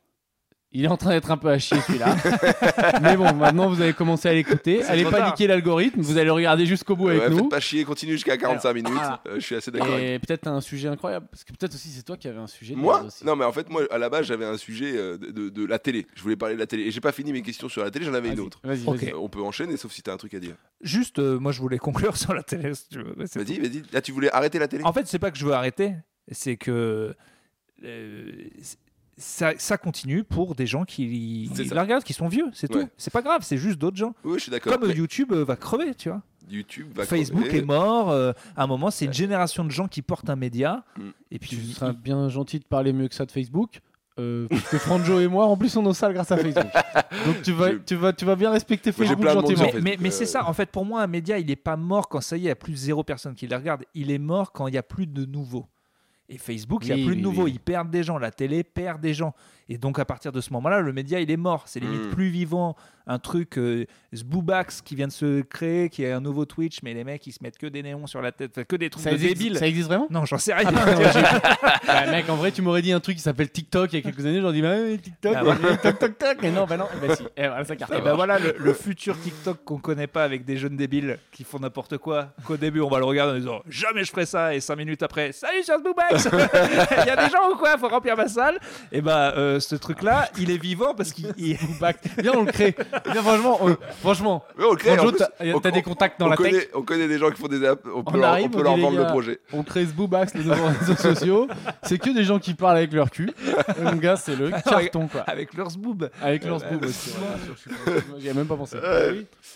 S2: Il est en train d'être un peu à chier celui-là. Mais bon, maintenant vous avez commencé à l'écouter.
S3: C'est
S2: Allez
S3: trop
S2: pas
S3: tard.
S2: niquer l'algorithme, vous allez le regarder jusqu'au bout avec
S1: Ouais,
S2: nous. ah.
S1: Faites pas chier, continue jusqu'à 45 minutes.
S2: voilà.
S1: Euh, je suis assez d'accord. avec
S2: Et peut-être t'as un sujet incroyable, parce que peut-être aussi c'est toi qui avais un sujet. de
S1: Moi
S2: merde aussi.
S1: Non, mais en fait, moi, à la base, j'avais un sujet euh, de, de- de la télé. Je voulais parler de la télé. Et j'ai pas fini mes questions sur la télé, j'en avais une
S2: Vas-y,
S1: autre.
S2: Vas-y,
S3: Ok.
S2: vas-y.
S1: Euh, on peut enchaîner, sauf si t'as un truc à dire.
S3: Juste, euh, moi, je voulais conclure sur la télé. si tu veux. Ouais, c'est
S1: Vas-y, vas-y. Là, tu voulais arrêter la télé
S3: En fait, c'est pas que je veux arrêter, c'est que euh, c'est- ça, ça continue pour des gens qui,
S1: C'est
S3: qui
S1: ça.
S3: la regardent, qui sont vieux, c'est
S1: Ouais.
S3: tout. C'est pas grave, c'est juste d'autres gens.
S1: Oui, je suis d'accord.
S3: Comme euh, YouTube euh, va crever, tu vois.
S1: YouTube va
S3: Facebook
S1: crever.
S3: est mort. euh, à un moment, c'est une
S1: Ouais.
S3: génération de gens qui portent un média.
S1: Mm.
S3: Et puis,
S2: Tu seras bien gentil de parler mieux que ça de Facebook. Euh, parce que Franjo et moi, en plus, on est sale grâce à Facebook. Donc tu vas,
S1: Je-
S2: tu vas, tu vas bien respecter
S1: Moi, j'ai
S2: Facebook
S1: plein de monde
S2: gentiment.
S1: sur
S3: mais,
S1: Facebook,
S3: mais- mais
S1: euh,
S3: c'est ça. En fait, pour moi, un média, il n'est pas mort quand ça y est, il y a plus zéro personne qui le regarde. Il est mort quand il n'y a plus de nouveaux. Et Facebook, il n'y
S2: Oui,
S3: a plus
S2: oui,
S3: de nouveaux.
S2: oui.
S3: Ils perdent des gens. La télé perd des gens. Et donc, à partir de ce moment-là, le média, il est mort. C'est limite
S2: Hmm.
S1: Mm.
S3: plus vivant. Un truc, euh, ce Boobax qui vient de se créer, qui est un nouveau Twitch, mais les mecs, ils se mettent que des néons sur la tête, que des trucs
S2: Ça
S3: de
S2: existe,
S3: débiles.
S2: ça existe vraiment
S3: Non, j'en sais rien.
S2: Ah, putain, j'ai- Bah, mec, en vrai, tu m'aurais dit un truc qui s'appelle TikTok il y a quelques années. J'aurais dit, bah, ouais, TikTok,
S3: Ah ouais.
S2: toc, toc, toc. Mais non, bah non, bah si. Eh, voilà, ça cartonne.
S3: Et ben voilà le, le futur TikTok qu'on connaît pas avec des jeunes débiles qui font n'importe quoi. Qu'au début on va le regarder en disant jamais je ferai ça et cinq minutes après salut sur Boobax il y a des gens ou quoi faut remplir ma salle. Et ben euh, ce truc là il est vivant parce qu'il il-
S2: Back. Viens, on le crée. Viens, franchement, on- franchement,
S1: Ouais, on le crée, Eh, en
S2: Franjo,
S1: plus,
S2: t'as
S1: on-
S2: t'as des contacts dans
S1: on
S2: la
S1: connaît,
S2: tech.
S1: on connaît des gens qui font des apps. On peut
S2: On
S1: leur,
S2: arrive,
S1: on peut
S2: on
S1: leur
S2: dit, les
S1: vendre le
S2: gars,
S1: projet.
S2: On crée ce Boobax, les nouveaux réseaux sociaux. C'est que des gens qui parlent avec leur cul. Et mon gars, c'est le carton, quoi.
S3: avec leurs boob.
S2: Avec
S1: Euh,
S2: leur
S1: bah,
S2: boob aussi. J'y ai même pas pensé.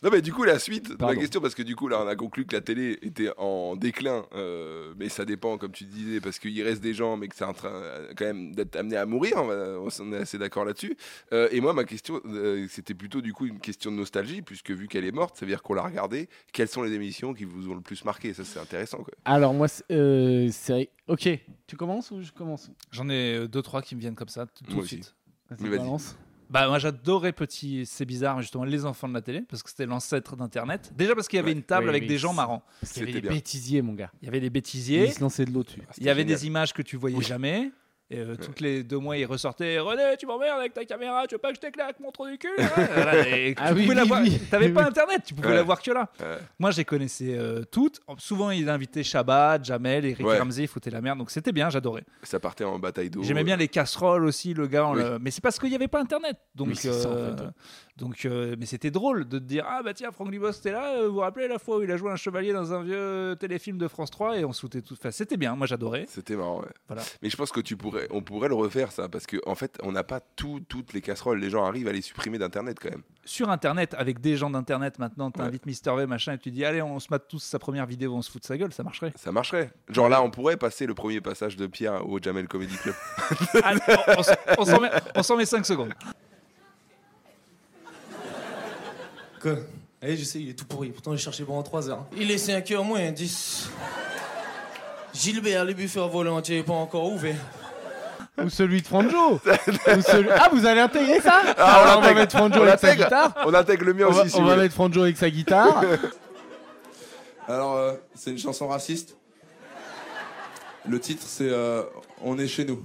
S1: Non, mais du coup, la suite de ma
S2: Pardon.
S1: question, parce que du coup, là, on a conclu que la télé était en déclin, euh, mais ça dépend, comme tu disais, parce qu'il reste des gens, mais que c'est en train euh, quand même d'être amené à mourir, on, va- on s'en est assez d'accord là-dessus. Euh, et moi, ma question, euh, c'était plutôt du coup une question de nostalgie, puisque vu qu'elle est morte, ça veut dire qu'on l'a regardée. Quelles sont les émissions qui vous ont le plus marqué Ça, c'est intéressant, quoi.
S2: Alors, moi, c'est- euh, c'est. Ok, tu commences ou je commence
S3: J'en ai euh, deux trois qui me viennent comme ça tout
S1: Moi
S3: de
S1: aussi.
S3: suite.
S2: Vas-y,
S1: Mais vas-y.
S2: balance.
S3: Bah moi j'adorais petit c'est bizarre mais justement les enfants de la télé parce que c'était l'ancêtre d'internet. Déjà parce qu'il y avait
S1: Ouais.
S3: une table
S2: Oui,
S3: avec
S2: oui.
S3: des gens marrants.
S2: Parce qu'il y avait
S1: C'était
S2: des
S1: bien.
S2: bêtisiers, mon gars.
S3: Il y avait des bêtisiers.
S2: Il se lançait de l'eau dessus.
S1: C'était
S3: Il y avait
S1: génial.
S3: des images que tu voyais jamais. Et euh, toutes les deux mois, il ressortait René, tu m'emmerdes avec ta caméra, tu veux pas que je t'éclate, mon trou du cul hein Voilà, et
S2: Ah
S3: Tu
S2: oui,
S3: pouvais la
S2: oui,
S3: voir.
S2: oui.
S3: T'avais
S2: Oui,
S3: pas
S2: oui.
S3: internet, tu pouvais
S1: Ouais.
S3: la voir que là.
S1: Ouais.
S3: Moi, je les connaissais euh, toutes. Souvent, il invitait Shabbat, Jamel, Eric
S1: Ouais.
S3: Ramsey, il foutait la merde. Donc c'était bien, j'adorais.
S1: Ça partait en bataille d'eau.
S3: J'aimais
S2: euh,
S3: bien les casseroles aussi, le gars. on
S1: Oui.
S3: le- Mais c'est parce qu'il n'y avait pas internet. Donc,
S2: Oui, c'est ça, en fait, ouais.
S3: donc euh, mais c'était drôle de te dire Ah bah tiens, Franck Dubos, t'es là, euh, vous vous rappelez la fois où il a joué un chevalier dans un vieux téléfilm de France 3 et on se foutait tout. Enfin, c'était bien, moi j'adorais.
S1: C'était marrant, ouais.
S3: Voilà.
S1: Mais je pense que tu pourrais, on pourrait le refaire, ça, parce qu'en en fait, on n'a pas tout- toutes les casseroles. Les gens arrivent à les supprimer d'Internet, quand même.
S3: sur internet avec des gens d'internet maintenant t'invites Mister V machin et tu dis allez on se mate tous sa première vidéo on se fout de sa gueule ça marcherait
S1: Ça marcherait. Genre là, on pourrait passer le premier passage de Pierre au Jamel Comedy Club.
S3: Allez, on- on s- on s'en met, on s'en met 5 secondes
S4: Quoi Allez, Eh, je sais, il est tout pourri. Pourtant, j'ai cherché pendant 3 heures. Il est 5 heures moins 10. Gilbert, le buffet volontiers n'est pas encore ouvert.
S2: Ou celui de Franjo. Ou celui- Ah, vous allez intégrer ça Alors, on, va
S1: Ah, l'intègre.
S2: mettre Franjo
S1: On
S2: avec sa
S1: l'intègre.
S2: guitare.
S1: On intègre le mien
S2: On va,
S1: aussi. si
S2: on
S1: vous
S2: va
S1: voulez.
S2: mettre Franjo avec sa guitare.
S5: Alors, euh, c'est une chanson raciste. Le titre, c'est euh, On est chez nous.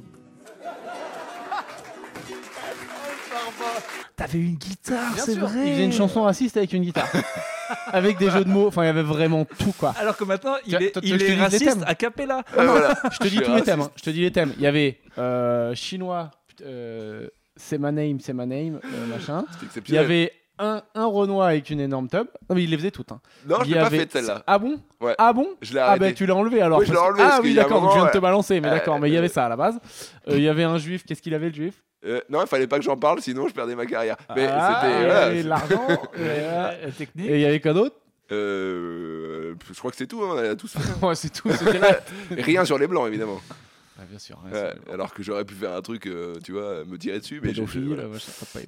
S3: t'avais une guitare
S2: Bien sûr, Il faisait une chanson raciste avec une guitare. avec des jeux de mots. Enfin, il y avait vraiment tout, quoi.
S3: alors que maintenant il
S2: Tiens,
S3: est,
S2: toi, tu
S3: il
S2: veux que je
S3: est
S2: te dise les
S3: raciste
S2: thèmes
S3: à capella
S1: Ah, voilà.
S2: Je te dis
S1: suis
S2: tous les thèmes.
S1: raciste.
S2: hein. Je te dis les thèmes. Il y avait euh, chinois. euh, c'est ma name, c'est ma name, euh, machin.
S1: C'est
S2: Il y
S1: exceptionnel.
S2: avait un, un Renoir avec une énorme tub. Non, mais il les faisait toutes. hein.
S1: Non, je
S2: Il y
S1: l'ai pas
S2: avait-
S1: fait celle-là.
S2: Ah bon
S1: Ouais.
S2: Ah bon
S1: Je l'ai
S2: Ah ben
S1: arrêté.
S2: tu l'as enlevé alors.
S1: Oui, je l'ai
S2: parce que-
S1: enlevé, parce
S2: Ah
S1: qu'il
S2: oui,
S1: y a un
S2: d'accord, donc
S1: moment,
S2: je viens de te
S1: ouais.
S2: balancer, mais
S1: Euh,
S2: d'accord, mais il y avait
S1: euh,
S2: ça à la base. Euh, Il y avait un juif, qu'est-ce qu'il avait le juif
S1: Euh, non, il fallait pas que j'en parle, sinon je perdais ma carrière. Mais
S2: Ah,
S1: c'était.
S2: Il y
S1: voilà,
S2: avait
S1: c'est-
S2: l'argent, euh,
S3: Euh, technique
S2: et il y avait quoi d'autre
S1: Euh, je crois que c'est tout. hein, on a tous fait.
S2: Ouais, c'est tout, c'était là.
S1: Rien sur les blancs, évidemment.
S2: Ah, bien sûr.
S1: Ouais, alors que j'aurais pu faire un truc, euh, tu vois, me tirer dessus. Mais je- je- voilà.
S2: Moi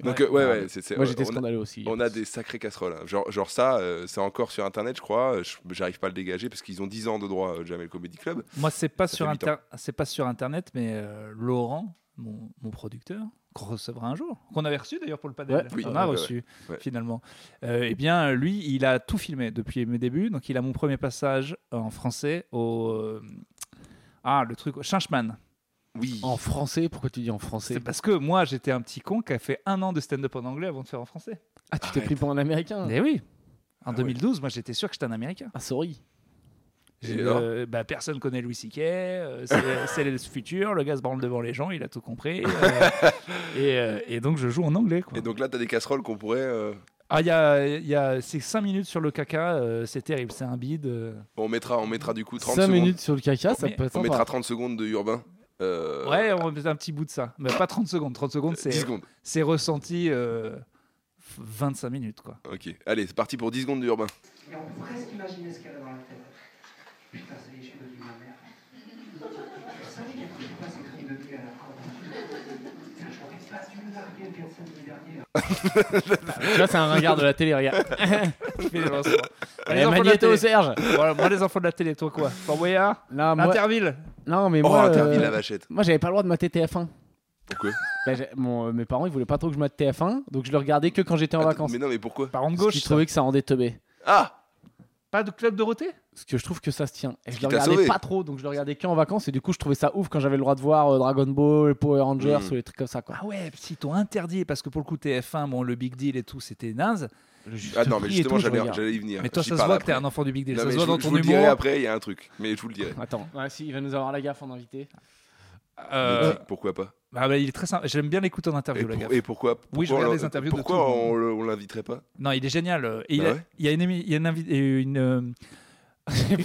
S1: Donc, euh, ouais, ouais, c'est- c'est-
S2: Ah, j'étais
S1: on a-
S2: scandaleux aussi.
S1: On a des sacrées casseroles. hein. Genre, genre ça, euh, c'est encore sur Internet, je crois. Euh, je- J'arrive pas à le dégager parce qu'ils ont 10 ans de droit, euh, Jamel Comedy Club.
S3: moi c'est pas
S1: Ça
S3: sur
S1: fait huit
S3: inter- c'est pas sur internet mais euh, Laurent mon, mon producteur qu'on recevra un jour qu'on avait reçu d'ailleurs pour le panel
S2: Ouais.
S1: Oui,
S3: on a
S1: ouais, ouais,
S3: reçu
S1: ouais. Ouais.
S3: finalement Euh, eh bien lui il a tout filmé depuis mes débuts donc il a mon premier passage en français au euh, ah le truc au Changeman
S1: Oui.
S2: En français Pourquoi tu dis en français
S3: C'est parce que moi, j'étais un petit con qui a fait un an de stand-up en anglais avant de faire en français.
S2: Ah, tu t'es pris pour un américain
S3: Eh oui. En
S1: Ah
S3: 2012, moi, j'étais sûr que j'étais un Américain.
S2: Ah, sorry.
S1: Et
S3: J'ai-
S1: alors
S3: euh, bah, personne connaît Louis C.K. euh, c'est- c'est le futur. Le gars se branle devant les gens. Il a tout compris. euh, et, euh, et donc, je joue en anglais. Quoi.
S1: Et donc là, t'as des casseroles qu'on pourrait. euh,
S3: Ah, il y a, il y a- c'est 5 minutes sur le caca. euh, c'est terrible. C'est un bide. euh.
S1: On mettra, on mettra du coup
S2: 5
S1: 30 secondes.
S2: minutes sur le caca, ça
S3: Mais-
S2: peut être
S1: On
S2: sympa.
S1: mettra 30 secondes de Urbain. Euh,
S3: Ouais, on va mettre un petit bout de ça. Mais pas 30 secondes. 30 secondes,
S1: 10
S3: c'est,
S1: secondes.
S3: c'est ressenti euh, 25 minutes. Quoi.
S1: Ok. Allez, c'est parti pour 10 secondes de Urbain.
S6: Et on pourrait s'imaginer ce qu'elle a dans la tête. Putain, ça y est, je suis devenu ma mère. Vous savez, il y a plus de place écrit de nuit à la corde. Putain, je regarde pas si vous larguez le 15 samedi dernier.
S2: Là, c'est un ringard de la télé, regarde.
S3: Je fais les lancements.
S2: Eh,
S3: Les enfants de la
S2: Magneto,
S3: télé.
S2: Serge
S3: Voilà, moi, les enfants de la télé, toi quoi Fort Boyard
S2: Non, moi,
S3: Interville
S2: non mais
S1: Oh,
S2: moi.
S1: interdit
S2: euh,
S1: la vachette.
S2: Moi, j'avais pas le droit de mater TF1.
S1: Pourquoi
S2: Bah, j'ai- mon, euh, mes parents, ils voulaient pas trop que je mate TF1, donc je le regardais que quand j'étais en
S1: Attends,
S2: vacances.
S1: Mais non, mais pourquoi
S3: Par en
S2: Parce
S3: gauche,
S2: qu'ils
S3: ça.
S2: trouvaient que ça rendait teubé.
S1: Ah
S3: pas de club Dorothée
S2: Parce que je trouve que ça se tient. Et je
S1: qui
S2: le
S1: t'a
S2: regardais
S1: sauvé.
S2: pas trop, donc je le regardais qu'en vacances, et du coup, je trouvais ça ouf quand j'avais le droit de voir euh, Dragon Ball, Power Rangers
S1: Mm.
S2: ou les trucs comme ça, quoi.
S3: Ah ouais, si t'ont interdit, parce que pour le coup, TF1, bon, le Big Deal et tout, c'était naze.
S1: Ah non, mais
S2: prix et
S1: justement,
S2: tout, je
S1: j'allais
S2: regarde.
S1: j'allais y venir.
S3: Mais toi,
S1: J'y
S3: ça se
S1: parle
S3: voit que t'es
S1: après.
S3: un enfant du Big Deal.
S1: Non,
S3: ça
S1: mais
S3: se
S1: je
S3: voit
S1: vous-
S3: dans
S1: je
S3: ton
S1: vous le dirai
S3: humour.
S1: après, il y a un truc. Mais je vous le dirai.
S2: Attends, ouais, si, il va nous avoir la gaffe en invité.
S3: Euh,
S1: Mais dis, Pourquoi pas
S3: bah, bah, il est très simple. J'aime bien l'écouter en
S1: Et
S3: interview, la
S1: pour-
S3: gars.
S1: et pourquoi
S3: Oui, je
S1: pourquoi
S3: regarde
S1: on-
S3: les interviews de
S1: Pourquoi
S3: tout le
S1: on le- on l'inviterait pas
S3: Non, il est génial. euh, Et il,
S1: Bah
S3: a-
S1: ouais.
S3: il y a une, émi- il y a une, invi- et une, euh,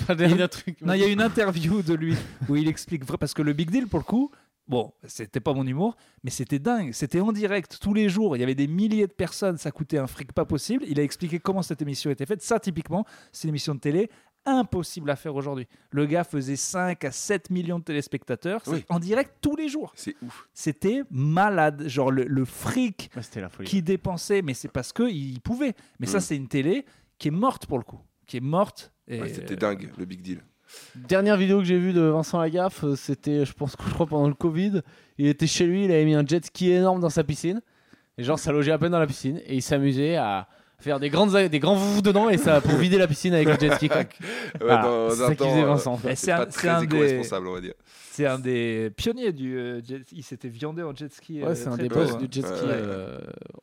S2: pas d'un truc.
S3: non, il y a une interview de lui où il explique vrai- parce que le Big Deal pour le coup. Bon, c'était pas mon humour, mais c'était dingue. C'était en direct tous les jours. Il y avait des milliers de personnes. Ça coûtait un fric pas possible. Il a expliqué comment cette émission était faite. Ça, typiquement, c'est une émission de télé impossible à faire aujourd'hui. Le gars faisait 5 à 7 millions de téléspectateurs c'est
S1: Oui.
S3: en direct tous les jours.
S1: C'est ouf.
S3: C'était malade. Genre le, le fric
S2: Ouais, C'était la folie.
S3: qui dépensait, mais c'est parce qu'il pouvait. Mais ça,
S1: Mm.
S3: c'est une télé qui est morte pour le coup. Qui est morte. Et,
S1: Ouais, C'était dingue, le big deal.
S2: Dernière vidéo que j'ai vue de Vincent Lagaffe, euh, c'était, je pense que je crois pendant le Covid. Il était chez lui, il avait mis un jet ski énorme dans sa piscine. Et genre, ça logeait à peine dans la piscine. Et il s'amusait à faire des grandes, des grands vous dedans et ça pour vider la piscine avec le jet ski. quoi.
S1: Ouais,
S2: Voilà,
S1: dans
S2: Ah, c'est
S1: un
S2: ça qu'il
S1: temps,
S2: faisait
S1: euh,
S2: Vincent.
S3: Eh,
S1: C'est pas
S3: un
S1: très éco-responsable, on va dire.
S3: C'est un des pionniers du euh, jet ski. Il s'était viandé en jet ski. euh,
S2: Ouais, c'est un
S3: très
S2: des
S3: tôt,
S2: boss
S3: hein.
S2: du jet ski.
S1: Ouais, ouais.
S2: euh,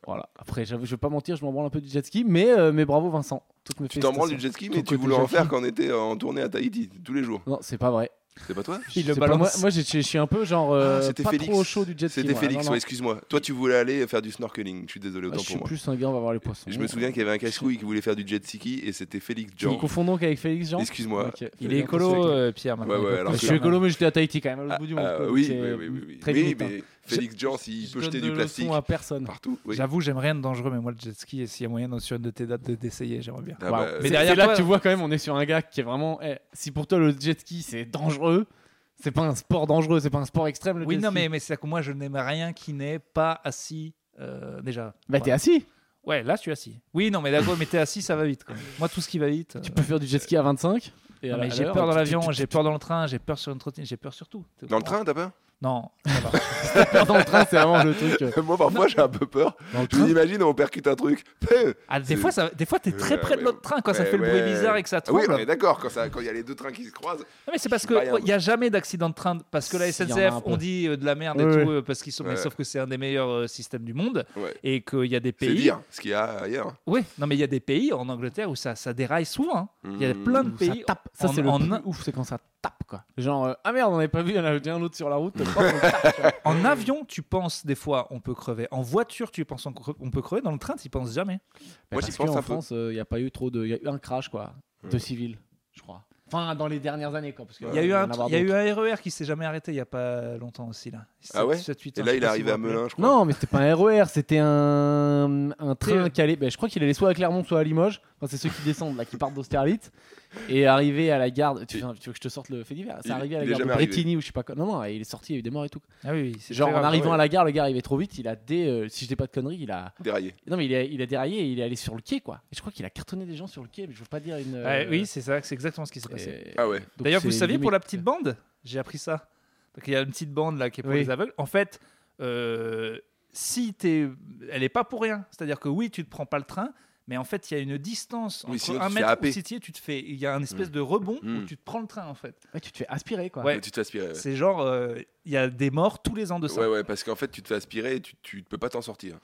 S2: voilà. Après, j'avoue, je vais pas mentir, je m'en branle un peu du jet ski, mais, euh, mais bravo Vincent. Toutes mes
S1: Tu t'en branles
S2: félicitations.
S1: du jet ski,
S2: Ton
S1: mais tu
S2: côté
S1: voulais en
S2: jet
S1: faire
S2: ski.
S1: quand on était en tournée à Tahiti, tous les jours.
S2: Non, c'est pas vrai.
S1: C'est pas toi Ah,
S3: Il
S2: Je
S3: le
S2: sais pas,
S3: balance.
S2: Moi, moi, j'ai- je suis un peu genre euh,
S1: c'était
S2: pas
S1: Félix.
S2: trop au chaud du jet ski.
S1: C'était
S2: moi.
S1: Félix,
S2: Non, non.
S1: ouais, excuse-moi. Toi, tu voulais aller faire du snorkeling. Je suis désolé,
S2: Ah,
S1: autant
S2: Je suis
S1: pour moi.
S2: plus un gars, on va voir les poissons.
S1: Je me souviens qu'il y avait un casse-couille qui voulait faire du jet ski et c'était Félix
S2: Tu me
S1: Jean.
S2: confonds donc avec Félix Jean
S1: Excuse-moi.
S2: Ok, fais
S3: Il est
S2: bien
S3: écolo,
S2: attention.
S3: euh, Pierre. maintenant,
S1: Ouais,
S3: il
S1: ouais,
S3: peut
S1: alors
S3: plus
S2: Je suis
S3: faire
S2: écolo, mais j'étais à Tahiti quand même, à l'autre bout du monde.
S1: Ah,
S2: quoi,
S1: oui,
S2: donc,
S1: oui,
S2: euh,
S1: oui, oui, oui.
S2: très
S1: Oui,
S2: limite, hein.
S1: mais Félix Jean, s'il
S2: Je
S1: peut
S2: donne
S1: jeter
S2: de
S1: du
S2: leçons
S1: plastique
S2: à personne.
S1: partout.
S3: maintenant.
S1: oui.
S3: J'avoue, j'aimerais être dangereux, mais moi, le jet ski, et s'il y a moyen dans- sur une de tes dates de- d'essayer, j'aimerais bien.
S1: Ah,
S2: Waouh.
S1: bah,
S2: Mais
S3: c'est-
S2: derrière
S3: c'est là
S2: là,
S3: que
S2: tu
S3: tu
S2: vois quand même, on est sur un gars qui est vraiment. eh, si pour toi le jet ski c'est dangereux, c'est pas un sport dangereux, c'est pas un sport extrême. Le
S3: Oui,
S2: jet
S3: non,
S2: ski.
S3: mais, mais c'est que moi, je n'aime rien qui n'est pas assis. euh, déjà.
S2: Bah t'es assis.
S3: Ouais, là, tu es assis. Oui, non, mais d'accord, mais t'es assis, ça va vite. quoi. Moi, tout ce qui va vite. euh,
S2: Tu peux faire du jet ski à 25. Et
S3: non,
S2: à
S3: mais
S2: la- à
S3: j'ai
S2: l'heure,
S3: peur dans
S2: tu-
S3: l'avion,
S2: tu-
S3: j'ai peur dans le train, j'ai peur sur une trottinette, j'ai peur sur tout. T'es au
S1: Dans le
S3: courant
S1: train, t'as peur
S3: Non, ça va.
S2: tu- peur dans le train, c'est vraiment le truc. euh,
S1: Moi, parfois, j'ai un peu peur.
S2: Dans le
S1: Je
S2: train.
S1: m'imagine, on percute un truc. Ah
S3: Ah, des
S1: C'est-
S3: fois, ça- des fois, t'es très
S1: Ouais,
S3: près de
S1: ouais.
S3: l'autre train quand ça
S1: Ouais,
S3: fait le bruit
S1: ouais.
S3: bizarre et que ça
S1: Ah oui,
S3: tremble.
S1: on est d'accord, quand ça- quand il y a les deux trains qui se croisent.
S3: Non, mais c'est parce
S1: Je suis pas rien,
S3: qu'il n'y a jamais d'accident de train parce que la
S2: Si, y en a un
S3: SNCF,
S2: peu.
S3: on dit euh, de la merde et
S2: Ouais,
S3: tout euh, parce qu'ils sont, mais
S1: Ouais.
S3: sauf que c'est un des meilleurs euh, systèmes du monde
S1: Ouais.
S3: et qu'il y a des
S1: C'est
S3: pays.
S1: dire ce qu'il y a ailleurs.
S3: Oui, non, mais il y a des pays en Angleterre où ça, ça déraille souvent. hein. Il y a
S1: Mm.
S3: plein de
S2: Ça
S3: pays.
S2: tape, ça
S3: en-
S2: c'est le
S3: en-
S2: plus ouf, c'est quand ça tape quoi. Genre, euh, ah merde, on avait pas vu, il y en avait déjà un autre sur la route. hop, on tape.
S3: En avion, tu penses des fois on peut crever. En voiture, tu penses on, cre- on peut crever. Dans le train, tu penses jamais.
S1: Moi, j'y
S2: parce
S1: pense un
S2: qu'en
S1: peu.
S2: France, il n'y a pas eu trop de. Il y a eu un crash, quoi, de
S1: Ouais.
S2: civils, je crois. Enfin, dans les dernières années, quoi. Parce que
S3: Il y a eu
S2: va
S3: un,
S2: en avoir
S3: il y a eu
S2: d'autres.
S3: un RER qui s'est jamais arrêté il y a pas longtemps aussi là.
S1: Ah ouais
S3: 7, 8,
S1: Et
S3: hein,
S1: là,
S3: je
S1: il
S3: sais
S1: est
S3: pas si
S1: arrivé
S3: vous
S1: à
S3: vous rappelez.
S1: Melun, je crois.
S2: Non, mais c'était pas un RER, c'était un, un train
S3: C'est-
S2: qui allait. ben, je crois qu'il allait soit à Clermont, soit à Limoges. Enfin, c'est ceux qui descendent, là, qui partent d'Austerlitz. Et arrivé à la gare. Tu,
S1: Il-
S2: tu veux que je te sorte le fait divers C'est
S1: il-
S2: arrivé
S1: il
S2: à la
S1: est
S2: gare de
S1: jamais arrivé.
S2: Bretigny ou je sais pas quoi. Non, non, il est sorti, il y a eu des morts et tout.
S3: Ah oui, oui, c'est
S2: Genre,
S3: très
S2: en
S3: grave.
S2: arrivant
S1: ouais.
S2: à la gare, le gars arrivait trop vite. Il a dé. euh, si je dis pas de conneries, il a.
S1: Déraillé.
S2: Non, mais il a, il a déraillé et il est allé sur le quai, quoi. Et je crois qu'il a cartonné des gens sur le quai, mais je veux pas dire une.
S3: Ouais,
S2: euh,
S3: oui, c'est ça, c'est exactement ce qui s'est passé.
S2: et-
S1: Ah ouais.
S2: donc
S3: D'ailleurs, vous
S2: c'est
S3: saviez pour la
S2: limite.
S3: petite bande J'ai appris ça. Donc, il y a une petite bande là qui est pour
S2: Oui.
S3: les aveugles. En fait, euh, si t'es, elle est pas pour rien. C'est-à-dire que oui, tu ne prends pas le train, Mais en fait, il y a une distance
S1: Oui,
S3: entre
S1: sinon, tu
S3: un
S1: te fais
S3: mètre
S1: happer.
S3: où si tu es, tu te fais, il y a un espèce de rebond
S1: Mm.
S3: où tu te prends le train en fait.
S2: Ouais, tu te fais aspirer, quoi.
S3: Ouais.
S1: Tu te fais aspirer. Ouais.
S3: C'est genre, euh, il y a des morts tous les ans de ça.
S1: Ouais, ouais, parce qu'en fait, tu te fais aspirer et tu, tu peux pas t'en sortir.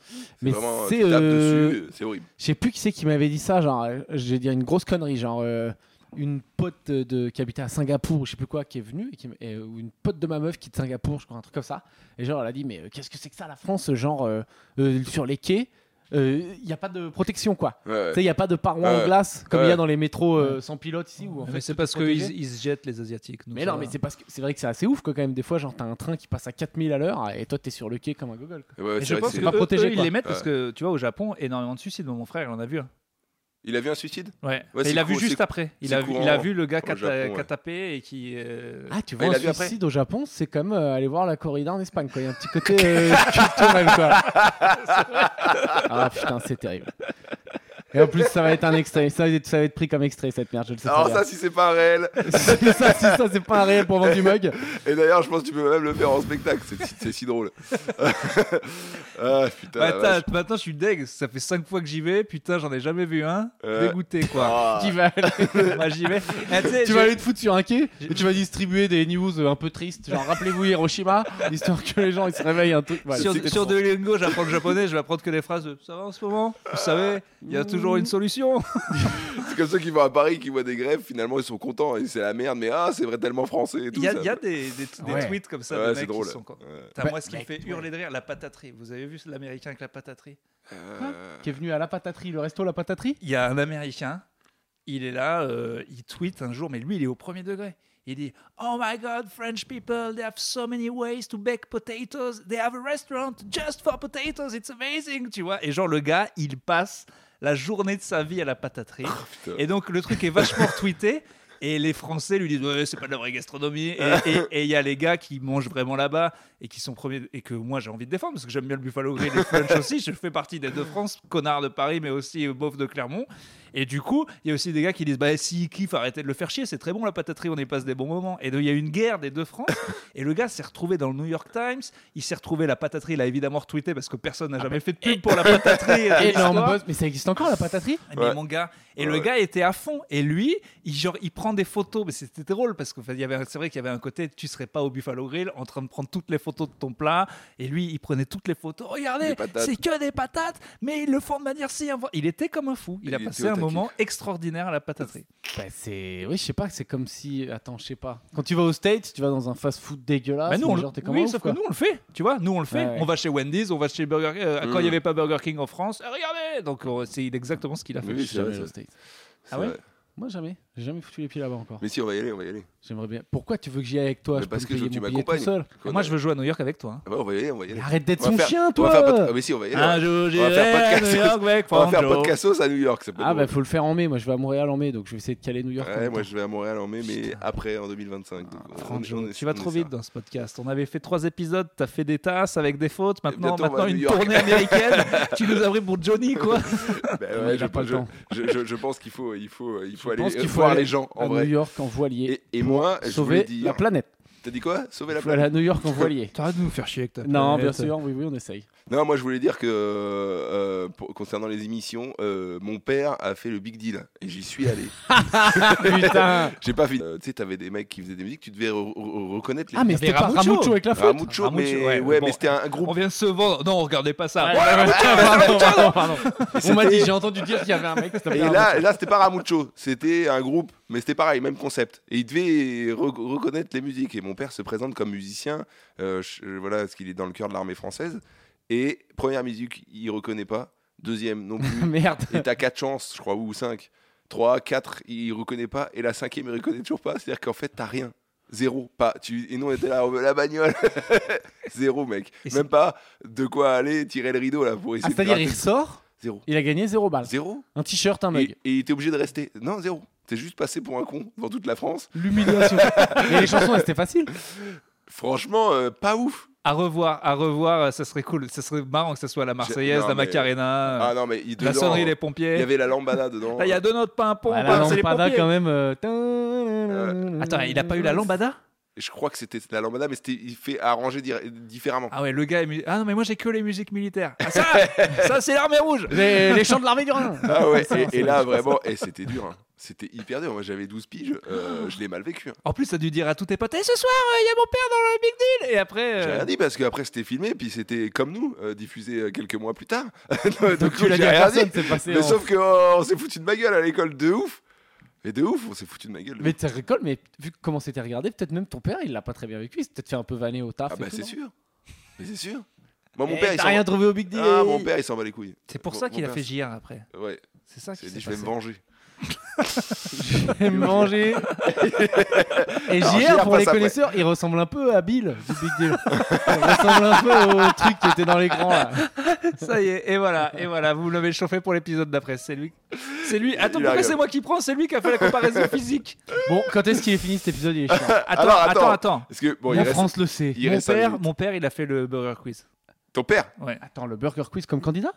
S2: Mais
S1: vraiment,
S2: c'est,
S1: tu tapes
S2: euh,
S1: dessus, c'est horrible.
S2: Je sais plus qui c'est qui m'avait dit ça, genre, euh, je vais dire une grosse connerie, genre euh, une pote de, qui habitait à Singapour, ou je sais plus quoi, qui est venue, et qui m- et, euh, ou une pote de ma meuf qui est de Singapour, je crois, un truc comme ça. Et genre, elle a dit, mais euh, qu'est-ce que c'est que ça, la France, genre, euh, euh, sur les quais, il n'y a pas de protection, quoi.
S1: Ouais, ouais.
S2: Tu sais, il n'y a pas de parois
S1: Ouais.
S2: en glace, comme il y
S1: Ouais.
S2: a dans les métros euh, sans pilote ici. Où, en fait,
S3: mais c'est
S2: tout
S3: parce
S2: est protégé.
S3: qu'ils se jettent les asiatiques.
S2: Mais non, mais c'est parce que c'est vrai que c'est assez ouf quoi, quand même. Des fois, genre, t'as un train qui passe à 4000 à l'heure et toi, t'es sur le quai comme un gogol. quoi.
S1: Ouais, ouais,
S3: Mais
S1: c'est
S3: je
S1: vrai que
S3: pense
S1: c'est-
S3: que
S2: pas
S3: eux-
S2: protégé,
S3: eux, ils
S2: quoi.
S3: les mettent parce
S1: Ouais.
S3: que tu vois au Japon énormément de suicides. Bon, Mon frère, il en a vu. un.
S1: Il a vu un suicide
S3: Ouais.
S1: Ouais,
S3: Mais
S1: c'est
S3: il a vu
S1: courant,
S3: juste
S1: c'est-
S3: après. Il
S1: c'est
S3: a vu,
S1: courant
S3: il a vu le gars
S1: au
S3: qui a ta-
S1: Japon, ouais.
S3: qui a tapé et qui. euh,
S2: Ah, tu
S1: Ah,
S2: vois,
S1: il
S2: un
S1: a vu après
S2: suicide au Japon, c'est comme euh, aller voir la corrida en Espagne, quoi. Il y a un petit côté euh, culturel, quoi. ah putain, c'est terrible. Et en plus, ça va être un extrait. Ça va être, ça va être pris comme extrait, cette merde, je le sais.
S1: Alors,
S2: très
S1: ça, si c'est pas réel.
S2: bien. Si ça, si ça, c'est pas un réel pour vendre du mug.
S1: Et d'ailleurs, je pense que tu peux même le faire en spectacle. C'est, c'est si drôle. ah putain. la
S3: Bah,
S1: vache.
S3: t'as- maintenant, je suis deg. Ça fait 5 fois que j'y vais. Putain, j'en ai jamais vu un.
S1: Ouais.
S3: Dégoûté, quoi.
S1: Euh. Ah.
S2: Tu vas,
S3: Moi, j'y vais. Eh, tu sais,
S2: tu vas
S3: j'ai-
S2: aller te foutre sur un quai et tu vas distribuer des news euh, un peu tristes, genre rappelez-vous Hiroshima, histoire que les gens ils se réveillent un truc. Voilà.
S3: sur, sur Duolingo, j'apprends le japonais, je vais apprendre que les phrases de ça va en ce moment.
S1: Ah.
S3: Vous savez, il y a toujours une solution.
S1: C'est comme ceux qui vont à Paris, qui voient des grèves, finalement ils sont contents et c'est la merde, mais ah, c'est vrai tellement français et tout.
S3: Il y a,
S1: ça.
S3: il y a des, des, des
S2: Ouais.
S3: tweets comme ça
S1: Ouais,
S3: de
S1: c'est
S3: mecs
S1: drôle.
S3: qui sont. quoi.
S1: Ouais.
S3: T'as
S2: Bah,
S3: moi, ce qui me
S2: mec,
S3: fait hurler de rire, la pataterie. Vous avez vu l'américain avec la pataterie
S1: Euh,
S2: Qui est venu à la pataterie, le resto la pataterie
S3: il y a un Américain, il est là, euh, il tweet un jour, mais lui, il est au premier degré. Il dit Oh my god, French people, they have so many ways to bake potatoes. They have a restaurant just for potatoes. It's amazing, tu vois. Et genre, le gars, il passe la journée de sa vie à la pataterie.
S1: putain.
S3: et donc, le truc est vachement retweeté. Et les Français lui disent ouais, c'est pas de la vraie gastronomie. Et- Et et il y a les gars qui mangent vraiment là-bas et qui sont premiers et que moi j'ai envie de défendre parce que j'aime bien le Buffalo Grill et le French aussi. Je fais partie des deux France, connard de Paris, mais aussi euh, beauf de Clermont. Et du coup, il y a aussi des gars qui disent bah si kiffe, arrêtez de le faire chier, c'est très bon la pataterie, on y passe des bons moments. Et donc, il y a eu une guerre des deux France. Et le gars s'est retrouvé dans le New York Times. Il s'est retrouvé la pataterie, il a évidemment retweeté parce que personne n'a jamais fait de pub pour la pataterie.
S1: Ah,
S3: dans
S2: Énorme
S3: l'histoire.
S2: buzz, mais ça existe encore la pataterie
S3: Mais
S1: Ouais.
S3: mon gars, et
S1: Ouais,
S3: le
S1: ouais.
S3: gars était à fond. Et lui, il, genre, il prend des photos. Mais c'était drôle parce que enfin, il y avait, c'est vrai qu'il y avait un côté, tu serais pas au Buffalo Grill en train de prendre toutes les photos de ton plat. Et lui, il prenait toutes les photos. Regardez,
S1: Des patates.
S3: c'est que des patates, mais ils le font de manière si. invo- Il était comme un fou. Il,
S1: Il
S3: a
S1: était
S3: passé
S1: au
S3: un
S1: taquet.
S3: moment extraordinaire à la pataterie.
S2: Bah c'est. Oui, je sais pas, c'est comme si. Attends, je sais pas. Quand tu vas aux States, tu vas dans un fast-food dégueulasse.
S3: Bah, nous,
S2: mais
S3: on, le-
S2: genre, t'es comme Ah, un
S3: oui,
S2: ouf,
S3: sauf que
S2: quoi.
S3: nous, on le fait. Tu vois, nous, on le fait.
S2: Ouais, ouais.
S3: On va chez Wendy's, on va chez Burger King. euh, Quand il
S1: Mm.
S3: n'y avait pas Burger King en France, Ah, regardez Donc, on- c'est exactement ce qu'il a fait.
S1: Oui,
S2: Je
S1: oui,
S2: suis
S1: c'est
S2: jamais
S1: vrai,
S2: allé aux
S1: c'est-
S2: States.
S1: c'est
S3: Ah ouais
S1: vrai.
S2: Moi jamais, j'ai jamais foutu les pieds là-bas encore.
S1: Mais si, on va y aller, on va y aller.
S2: J'aimerais bien. Pourquoi tu veux que j'y aille avec toi
S1: Mais
S2: Je peux
S1: parce
S2: me
S1: que je-
S2: payer
S1: tu
S2: mon billet tout
S1: m'accompagnes.
S2: seul.
S1: Quoi,
S3: Moi,
S1: on-
S3: je veux jouer à New York avec toi. hein.
S1: Ah ouais, on va y aller, on va y aller.
S2: Arrête d'être
S1: On va
S2: son
S1: faire-
S2: chien,
S1: on va faire Ah,
S2: toi Ah,
S1: podca- Mais si, on va y aller.
S3: Un
S1: ouais.
S3: jour,
S1: va faire
S3: j'irai à
S1: podcast.
S3: New York avec
S1: On va faire
S3: Franjo.
S1: podcast à New York, ça peut être
S2: Ah bah
S1: drôle.
S2: faut le faire en mai. Moi je vais à Montréal en mai, donc je vais essayer de caler New York. en
S1: Ouais,
S2: même
S1: moi
S2: temps.
S1: je vais à Montréal en mai, mais après en 2025. donc on-
S3: Franjo,
S1: on- on-
S3: tu vas
S1: on
S3: trop
S1: essaie.
S3: vite dans ce podcast. On avait fait trois épisodes, t'as fait des tasses avec des fautes. Maintenant,
S1: bientôt, on va
S3: maintenant
S1: à New
S3: une
S1: York.
S3: tournée américaine. tu nous as pris pour Johnny, quoi.
S1: Bah
S2: Non,
S1: ouais,
S2: il
S1: je,
S2: a pas le
S1: je-
S2: temps.
S1: je- je- je pense qu'il faut, il faut, il faut
S2: Je
S1: aller
S2: pense
S1: euh,
S2: qu'il faut
S1: voir
S2: aller
S1: les gens en
S2: à
S1: vrai.
S2: New York en voilier.
S1: Et, et moi, je voulais
S2: Sauver
S1: dire.
S2: la planète.
S1: T'as dit quoi Sauver la
S2: Il faut
S1: planète.
S2: aller à New York en voilier.
S3: T'arrêtes de nous faire chier avec ta
S2: Non, bien
S3: planète.
S2: sûr, oui, oui, on essaye.
S1: Non, moi je voulais dire que euh, pour- concernant les émissions, euh, mon père a fait le big deal et j'y suis allé. Ah,
S2: Putain
S1: J'ai pas fini. Euh, tu sais, t'avais des mecs qui faisaient des musiques, tu devais re- re- reconnaître les.
S2: Ah, mais
S3: avait
S2: c'était pas
S3: Ramucho.
S2: Ramucho avec la faute
S1: Ramucho,
S3: Ramucho,
S1: mais
S3: ouais,
S1: ouais,
S3: bon.
S1: mais c'était un, un groupe.
S3: On vient de se vendre. Non, regardez pas ça.
S2: Ouais, ouais, ouais, pardon, pardon, pardon. On m'a
S1: C'était-
S2: dit, j'ai entendu dire qu'il y avait un mec. qui s'appelait
S1: Et là, là c'était pas Ramucho, c'était un groupe, mais c'était pareil, même concept. Et il devait re- reconnaître les musiques. Et mon père se présente comme musicien, euh, je- euh, voilà, parce qu'il est dans le cœur de l'armée française. Et première musique, il reconnaît pas. Deuxième, non
S2: Ramucho.
S1: plus.
S2: Merde.
S1: et t'as quatre chances, je crois, ou cinq. Trois, quatre, il reconnaît pas. Et la cinquième, il reconnaît toujours pas. C'est-à-dire qu'en fait, t'as rien. Zéro. Pas. Tu... Et nous, on était là, on veut la bagnole. Zéro, mec.
S3: Et c'est-
S1: Même pas de quoi aller tirer le rideau, là, pour
S2: Ah,
S1: essayer de
S2: c'est-à-dire,
S1: gratter.
S2: il ressort,
S1: Zéro.
S2: il a gagné 0 balles.
S1: Zéro
S2: Un t-shirt, un mug.
S1: et, et il était obligé de rester. Non, zéro. T'es juste passé pour un con dans toute la France.
S2: L'humiliation. Et les chansons, elles, c'était facile.
S1: Franchement, euh, pas ouf.
S3: À revoir, à revoir. Ça serait cool. Ça serait marrant que ça soit la Marseillaise,
S1: Non,
S3: la
S1: mais-
S3: Macarena,
S1: Ah non, mais il,
S3: la
S1: dedans,
S3: sonnerie des
S1: il y
S3: pompiers.
S1: avait la lambada dedans.
S2: Ah,
S3: Là, il y a deux notes, pas un pont.
S2: Bah,
S3: pas-
S2: la
S3: c'est les
S2: lampada,
S3: pompiers.
S2: quand même. euh,
S1: Euh,
S3: Attends, il a pas eu la lambada
S1: Et je crois que c'était la lambada, mais c'était il fait arranger dir- différemment.
S3: Ah ouais, le gars est mu- Ah non, mais moi j'ai que les musiques militaires. Ah, ça, ça c'est l'armée rouge.
S2: Les, les chants de l'armée du Rhin.
S1: Ah ouais, et, et là vraiment, et c'était dur. hein. C'était hyper dur. Moi j'avais 12 piges,
S2: Oh.
S1: euh, je l'ai mal vécu. hein.
S3: En plus, t'as dû dire à tous tes potes, Eh, ce soir, il y a mon père dans le Big Deal. Et après,
S1: J'ai
S3: euh,
S1: rien dit parce qu'après c'était filmé, puis c'était comme nous, euh, diffusé euh, quelques mois plus tard. Donc,
S2: Donc
S1: j'ai
S2: tu l'as dit à
S1: rien
S2: personne,
S1: dit.
S2: c'est passé.
S1: Mais
S2: en-
S1: sauf que oh, on s'est foutu de ma gueule à l'école de ouf. Et de ouf, on s'est foutu de ma gueule. de
S2: Mais
S1: ouf.
S2: tu rigoles, mais vu comment c'était regardé, peut-être même ton père, il l'a pas très bien vécu. Il s'est peut-être fait un peu vanner au taf.
S1: ah
S2: et
S1: bah
S2: tout,
S1: c'est
S2: non
S1: sûr. Mais c'est sûr. Moi mon
S2: Eh,
S1: père il
S2: T'as
S1: s'en
S2: rien trouvé au Big Deal. eh.
S1: Ah mon père il s'en bat les couilles.
S3: c'est pour
S1: Mon-
S3: ça qu'il
S1: mon
S3: a
S1: père,
S3: fait JR après.
S1: Ouais,
S3: C'est ça qui
S1: c'est
S3: s'est
S1: dit je vais
S3: passé.
S1: me venger.
S2: J'aime manger. Et
S1: Alors,
S2: JR,
S1: JR
S2: pour les
S1: passe après.
S2: connaisseurs, il ressemble un peu à Bill du Big Deal. Il ressemble un peu au truc qui était dans l'écran. là.
S3: Ça y est, et voilà, et voilà, vous l'avez chauffé pour l'épisode d'après. C'est lui. C'est lui. Attends,
S1: Il
S3: pourquoi
S1: arrive.
S3: c'est moi qui prends C'est lui qui a fait la comparaison physique.
S2: Bon, quand est-ce qu'il est fini cet épisode Il est chiant.
S3: Attends,
S1: Alors,
S3: attends,
S1: attends.
S3: attends.
S1: Parce que bon, il
S2: la
S1: reste
S2: France le sait.
S1: il
S3: Mon
S1: reste cinq
S3: père,
S1: minutes.
S3: mon père, il a fait le burger quiz.
S1: ton père.
S3: Ouais.
S2: Attends, le Burger Quiz comme candidat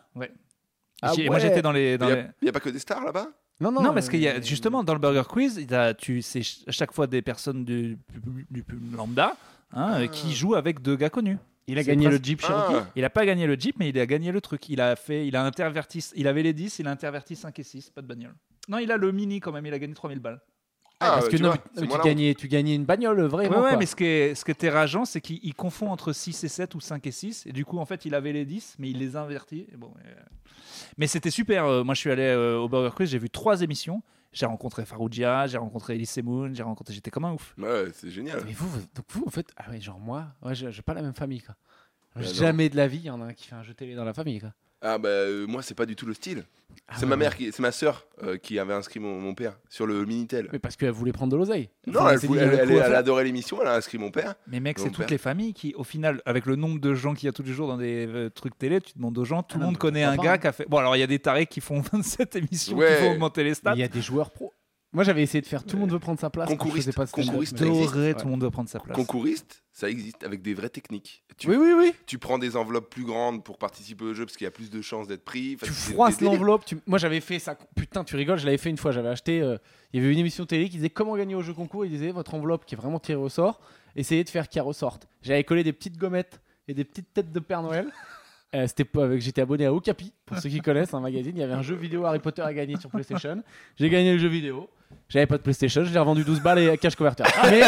S2: Ah
S3: J'ai- Moi,
S2: ouais.
S3: j'étais dans les. dans
S1: Il y a-
S3: les-
S1: il y a pas que des stars là-bas
S2: non,
S3: Non, parce qu'il y a
S2: euh,
S3: justement dans le Burger Quiz, il y a- tu c'est ch- à chaque fois des personnes du, pub- du pub lambda hein, euh, qui jouent avec deux gars connus.
S2: Ah. Il a
S3: c'est
S2: gagné le
S3: presque-
S2: Jeep
S1: Ah.
S2: Cherokee.
S3: Il a pas gagné le Jeep, mais il a gagné le truc. Il a fait, il a interverti, il avait les 10, il a interverti 5 et 6, pas de bagnole. Non, il a le mini quand même, il a gagné 3000 balles.
S1: Ah,
S2: parce
S1: ouais,
S2: que
S1: tu
S2: non,
S1: vois,
S2: mais
S1: c'est
S2: tu,
S1: moi là.
S2: gagnais, tu gagnais une bagnole,
S3: Ouais,
S2: vraiment.
S3: ouais,
S2: quoi.
S3: mais ce qui est, ce qui était rageant, c'est qu'il il confond entre 6 et 7 ou 5 et 6. Et du coup, en fait, il avait les 10, mais il les invertit. Et bon, euh, Mais c'était super. euh, moi, je suis allé euh, au Burger Quiz, j'ai vu trois émissions. J'ai rencontré Faroudia, j'ai rencontré Elise Moon, j'ai rencontré. J'étais comme un ouf.
S1: Ouais, c'est génial.
S2: Ah, Mais vous, vous- donc vous, en fait, ah ouais, genre moi, ouais, j'ai j'ai pas la même famille, quoi.
S1: Bah non.
S2: Jamais de la vie, il y en a un qui fait un jeu télé dans la famille, quoi.
S1: Ah bah euh, moi c'est pas du tout le style.
S2: Ah
S1: c'est
S2: ouais,
S1: ma mère qui, c'est ma sœur euh, qui avait inscrit mon, mon père sur le minitel.
S2: Mais parce qu'elle voulait prendre de l'oseille.
S1: Non,
S2: Enfin,
S1: elle,
S2: s'est
S1: voulait-
S2: dit, il y a
S1: elle-
S2: un
S1: elle-
S2: coup à
S1: elle
S2: faire.
S1: adorait l'émission, elle a inscrit mon père.
S3: Mais mec,
S1: Mon
S3: c'est toutes
S1: père.
S3: les familles qui, au final, avec le nombre de gens qu'il y a tous les jours dans des euh, trucs télé, tu demandes aux gens, tout
S2: Ah
S3: le
S2: non,
S3: monde
S2: mais
S3: connaît un
S2: pourquoi pas,
S3: gars
S2: hein.
S3: qui a fait. Bon, alors il y a des tarés qui font 27 émissions,
S1: Ouais.
S3: qui font augmenter les
S2: Mais
S3: stats.
S2: Il y a des joueurs pro. Moi, j'avais essayé de faire tout le monde veut prendre sa place. quand je
S1: Concouriste,
S2: faisais pas stand-up,
S1: concouriste,
S2: mais-
S1: ça existe.
S3: Doré,
S2: Ouais.
S3: tout le monde doit prendre sa place.
S1: Concouriste, ça existe avec des vraies techniques. Tu,
S2: Oui, oui, oui.
S1: tu prends des enveloppes plus grandes pour participer au jeu parce qu'il y a plus de chances d'être pris. Enfin,
S2: Tu
S1: c'est des
S2: froisses
S1: délires.
S2: l'enveloppe. tu- Moi, j'avais fait ça. Putain, tu rigoles, je l'avais fait une fois. J'avais acheté. euh, Il y avait une émission télé qui disait comment gagner au jeu concours. Il disait votre enveloppe qui est vraiment tirée au sort, essayez de faire qu'elle ressorte. J'avais collé des petites gommettes et des petites têtes de Père Noël. Euh, C'était pas avec. J'étais abonné à Okapi pour ceux qui connaissent un magazine. Il y avait un jeu vidéo Harry Potter à gagner sur PlayStation. J'ai gagné le jeu vidéo. J'avais pas de PlayStation. Je l'ai revendu 12 balles et cash converter. Mais,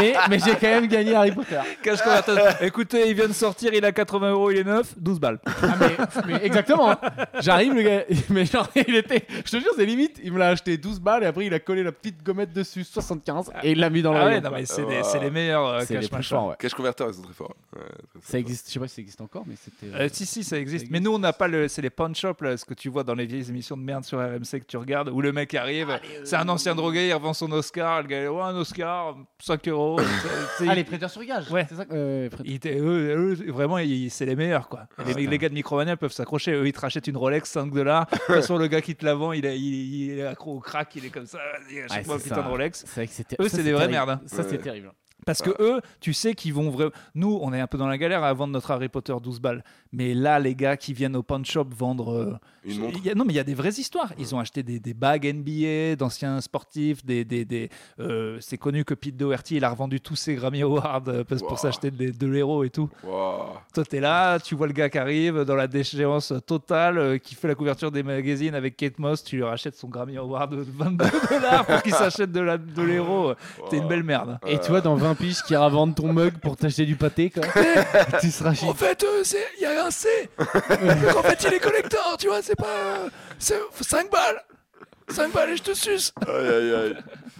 S2: mais, mais j'ai quand même gagné Harry Potter.
S3: Cash Converter. Écoutez, il vient de sortir, il a 80 euros, il est neuf, 12 balles.
S2: Ah, mais, mais exactement. J'arrive, le gars. Mais genre, il était. Je te jure, c'est limite. Il me l'a acheté 12 balles et après, il a collé la petite gommette dessus, 75, et il l'a mis dans le
S3: Ah ouais,
S2: rayon,
S3: non,
S2: quoi.
S3: mais c'est
S1: Ah
S3: des-
S1: bah.
S3: c'est les meilleurs euh,
S2: C'est les
S3: Cash
S2: plus
S3: Machin.
S2: forts, ouais.
S1: Cash Converter, ils sont très forts. Ouais, très, très
S2: Ça existe, je sais pas si ça existe encore, mais c'était. euh,
S3: Euh, si, si, ça existe.
S2: Ça
S3: Mais nous, on n'a pas le. C'est les pawn shops, là, ce que tu vois dans les vieilles émissions de merde sur RMC que tu regardes, où le mec arrive, c'est un ancien drogué, il revend son Oscar, le gars, il dit, ouais, un Oscar, 5 euros. C'est-
S2: Ah,
S3: c'est-
S2: les prêteurs sur gage.
S3: Ouais.
S2: C'est ça que- euh, prêteurs-
S3: il était- eux, eux, vraiment, ils- c'est les meilleurs, quoi. Et les, les gars de Micromania peuvent s'accrocher. Eux, ils te rachètent une Rolex 5 dollars. De toute façon, le gars qui te la vend, il, est- il- il est accro au crack, il est comme ça. vas-y, Achète-moi
S2: Ouais,
S3: un
S2: c'est
S3: putain
S2: ça.
S3: de Rolex.
S2: C'est vrai que c'était.
S3: Eux,
S2: ça,
S3: c'est des vraies
S2: terrible.
S3: merdes, hein.
S2: Ça, c'est
S1: Ouais.
S2: terrible.
S3: Parce que eux, tu sais qu'ils vont vraiment. Nous, on est un peu dans la galère à vendre notre Harry Potter 12 balles. Mais là, les gars qui viennent au pawn shop vendre. euh,
S1: Une
S3: je-
S1: montre.
S3: il y a- non, mais il y a des vraies histoires. Ils ont acheté des, des bagues NBA d'anciens sportifs. Des, des, des, euh, c'est connu que Pete Doherty, il a revendu tous ses Grammy Awards euh, parce- pour
S1: Wow.
S3: s'acheter des- de l'héros et tout.
S1: Wow.
S3: Toi, t'es là, tu vois le gars qui arrive dans la déchéance totale, euh, qui fait la couverture des magazines avec Kate Moss. Tu lui rachètes son Grammy Award de 22 dollars pour qu'il s'achète de la- de l'héros. T'es une belle merde.
S2: Et tu vois, dans 20 piges qui ravendent ton mug pour t'acheter du pâté, quoi. tu seras chiant.
S3: En fait, euh, c'est- il y a un C. Donc, en fait, il est collector, tu vois, c'est pas. euh, c'est 5 balles. 5 balles et je te suce.
S1: Aïe, aïe, aïe.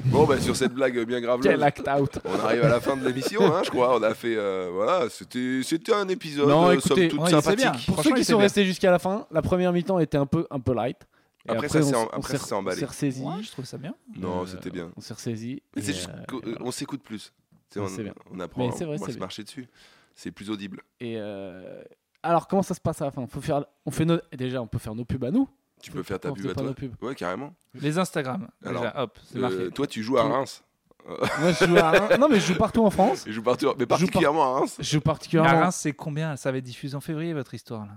S1: Bon, bah sur cette blague bien grave,
S2: Quel act out.
S1: on arrive à la fin de l'émission, hein, je crois. On a fait. euh, voilà, c'était c'était un épisode
S2: Non,
S1: euh,
S2: écoutez,
S1: somme
S3: ouais,
S1: toute
S3: il sait bien.
S1: sympathique.
S2: Pour
S3: Franchement,
S2: ceux qui
S3: il
S2: sont
S3: s'est bien.
S2: restés jusqu'à la fin, la première mi-temps était un peu, un peu light. Et
S1: Après, ça, c'est
S2: on
S1: en-
S2: s- on
S1: après,
S2: s'est-
S1: ça s'est emballé.
S2: On s'est ressaisi.
S3: je trouve ça bien.
S1: Non,
S2: Euh,
S1: c'était bien.
S2: On s'est ressaisi.
S1: Mais c'est
S2: et,
S1: juste
S2: euh,
S1: qu'on-
S2: voilà.
S1: on s'écoute plus. C'est-
S2: Ouais,
S1: on,
S2: c'est bien.
S1: on apprend
S2: Mais c'est
S1: on
S2: vrai,
S1: va
S2: c'est
S1: se
S2: bien.
S1: marcher dessus. C'est plus audible.
S2: Et, euh, alors, comment ça se passe à la fin Faut faire, on fait nos- Déjà, on peut faire nos pubs à nous.
S1: Tu peux faire ta
S2: On
S1: pub
S2: fait
S1: à
S2: pas
S1: toi.
S2: nos pubs.
S1: Ouais, carrément.
S3: Les Instagram.
S1: Alors,
S3: déjà, hop, c'est
S1: Euh,
S3: marqué.
S1: toi, tu joues à
S2: Tout.
S1: Reims.
S2: Moi, je joue à Reims. Non, mais je joue partout en France.
S1: Je joue partout, mais particulièrement à Reims.
S2: Je joue
S3: Mais
S2: particulièrement.
S3: à Reims, c'est combien Ça va être diffusé en février, votre histoire, là.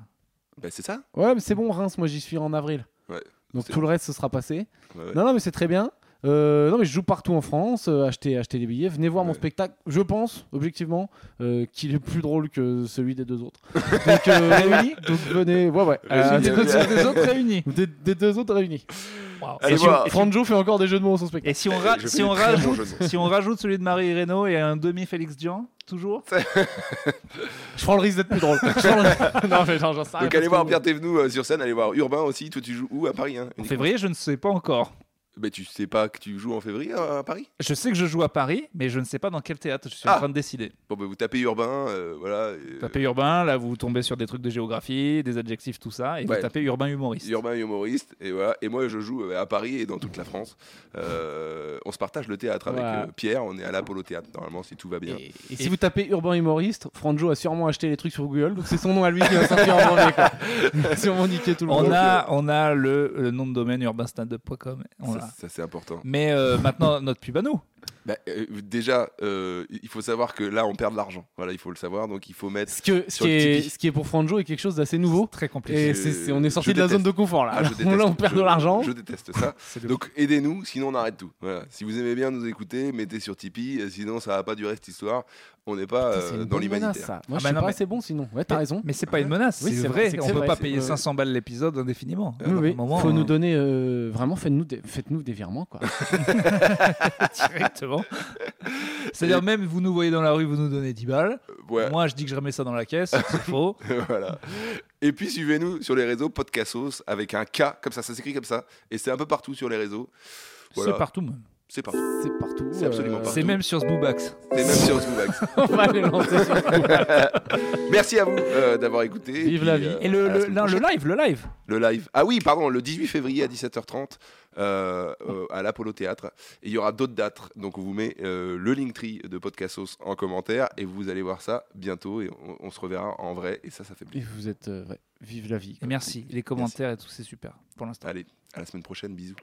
S1: Bah, c'est ça.
S2: Ouais, mais c'est bon, Reims, moi j'y suis en avril.
S1: Ouais,
S2: Donc
S1: c'est-
S2: tout le reste, ce sera passé.
S1: Ouais, ouais.
S2: Non, non, mais c'est très bien. Euh, non, mais je joue partout en France. euh, achetez, achetez des billets. Venez voir mon
S1: Ouais.
S2: spectacle. Je pense, objectivement, euh, qu'il est plus drôle que celui des deux autres. Donc, euh, réunis. Donc, venez. Ouais, ouais. Euh,
S1: Réunis,
S2: des, deux,
S1: euh,
S2: des autres,
S3: réunis.
S2: des- des deux autres réunis.
S3: Waouh.
S1: Allez
S3: Et si
S1: voir.
S3: on- et si-
S2: Franjo fait encore des jeux de mots à son spectacle.
S3: Et si on, ra-
S1: Je fais
S3: si
S1: des
S3: on
S1: très bons
S3: rajoute,
S1: jeux de mots.
S3: si on rajoute celui de Marie Reynaud et un demi Félix Dian, toujours
S2: Je prends le risque d'être plus drôle. Je prends le- non, mais genre, j'en sais
S1: Donc
S2: rien, Ah, parce
S1: allez
S2: que-
S1: voir Pierre Thévenoud euh, sur scène, allez voir Urbain aussi. Toi, tu joues où à Paris hein,
S3: En
S1: uniquement
S3: février, je ne sais pas encore.
S1: Mais tu sais pas que tu joues en février euh, à Paris
S3: Je sais que je joue à Paris, mais je ne sais pas dans quel théâtre. Je suis
S1: Ah.
S3: en train de décider.
S1: Bon, bah, vous tapez Urbain, euh, voilà. et-
S3: Tapez urbain, là vous tombez sur des trucs de géographie, des adjectifs, tout ça, et
S1: Ouais.
S3: vous tapez urbain humoriste.
S1: Urbain humoriste, et voilà. Et moi, je joue euh, à Paris et dans toute la France. Euh, on se partage le théâtre avec
S2: Voilà.
S1: euh, Pierre, on est à l'Apollo Théâtre, normalement, si tout va bien.
S2: Et, et si vous tapez urbain humoriste, Franjo a sûrement acheté les trucs sur Google, donc c'est son nom à lui qui va sortir en premier. Quoi. Il a sûrement niqué tout le monde.
S3: On a, on a le, le nom de domaine urbanstandup.com. on
S1: Ça,
S3: l'a.
S1: ça, c'est important.
S3: Mais euh, maintenant, notre pub à nous.
S1: Bah, euh, déjà, euh, il faut savoir que là, on perd de l'argent. Voilà, il faut le savoir. Donc, il faut mettre.
S2: Ce, que, ce,
S1: Sur
S2: qui
S1: le
S2: est,
S1: Tipeee.
S2: ce qui est pour Franjo est quelque chose d'assez nouveau.
S3: Très compliqué.
S2: Et
S1: Je-
S2: c'est- c'est- on est sorti
S1: je
S2: de la
S1: déteste.
S2: zone de confort là.
S1: Ah, je déteste.
S2: là, on perd
S1: Je-
S2: de l'argent.
S1: Je déteste ça.
S3: C'est le-
S1: Donc aidez-nous, sinon on arrête tout. Voilà. Si vous aimez bien nous écouter, mettez sur Tipeee, euh, sinon ça va pas durer cette histoire. On n'est pas
S2: Putain,
S1: euh,
S2: c'est une
S1: dans
S2: bonne menace,
S1: l'humanitaire.
S2: ça. Moi,
S3: Ah,
S2: je
S3: bah
S2: suis
S3: non,
S2: pas
S3: mais-
S2: assez bon sinon. Ouais, t'as
S3: Mais-
S2: raison.
S3: Mais c'est pas une menace,
S2: Oui, c'est
S3: c'est
S2: vrai,
S3: vrai.
S2: c'est que
S3: On
S2: c'est
S3: peut
S2: vrai,
S3: pas
S2: c'est-
S3: payer
S2: ouais, ouais.
S3: 500 balles l'épisode indéfiniment.
S2: Oui, oui.
S3: moment,
S2: Faut
S3: euh,
S2: nous donner euh, vraiment, faites-nous des, faites-nous des virements quoi.
S3: Directement. C'est-à-dire, même vous nous voyez dans la rue, vous nous donnez 10 balles.
S1: Euh, ouais,
S3: Moi, je dis que je remets ça dans la caisse, c'est faux.
S1: voilà. Et puis suivez-nous sur les réseaux Podcastos avec un K comme ça, ça s'écrit comme ça. Et c'est un peu partout sur les réseaux. Voilà.
S3: C'est partout même.
S1: C'est partout.
S2: C'est partout.
S1: C'est absolument partout.
S3: C'est même sur ce Boobax.
S1: C'est même sur Zoovax.
S2: On va les lancer sur-
S1: Merci à vous euh, d'avoir écouté.
S2: Vive
S1: puis,
S2: la vie.
S1: euh,
S3: Et
S1: à
S3: le,
S1: la
S3: le,
S1: semaine
S3: non, le
S1: prochaine.
S3: live, le live.
S1: Le live. Ah oui, pardon, le 18 février à 17h30 euh, euh, à l'Apollo Théâtre. Et il y aura d'autres dates. Donc on vous met euh, le Linktree de Podcastos en commentaire et vous allez voir ça bientôt et on, on se reverra en vrai. Et ça, ça fait
S2: Et
S1: plaisir.
S2: vous êtes. euh, ouais, Vive la vie.
S3: Et merci, les commentaires et tout, c'est super pour l'instant.
S1: Allez, à la semaine prochaine. Bisous.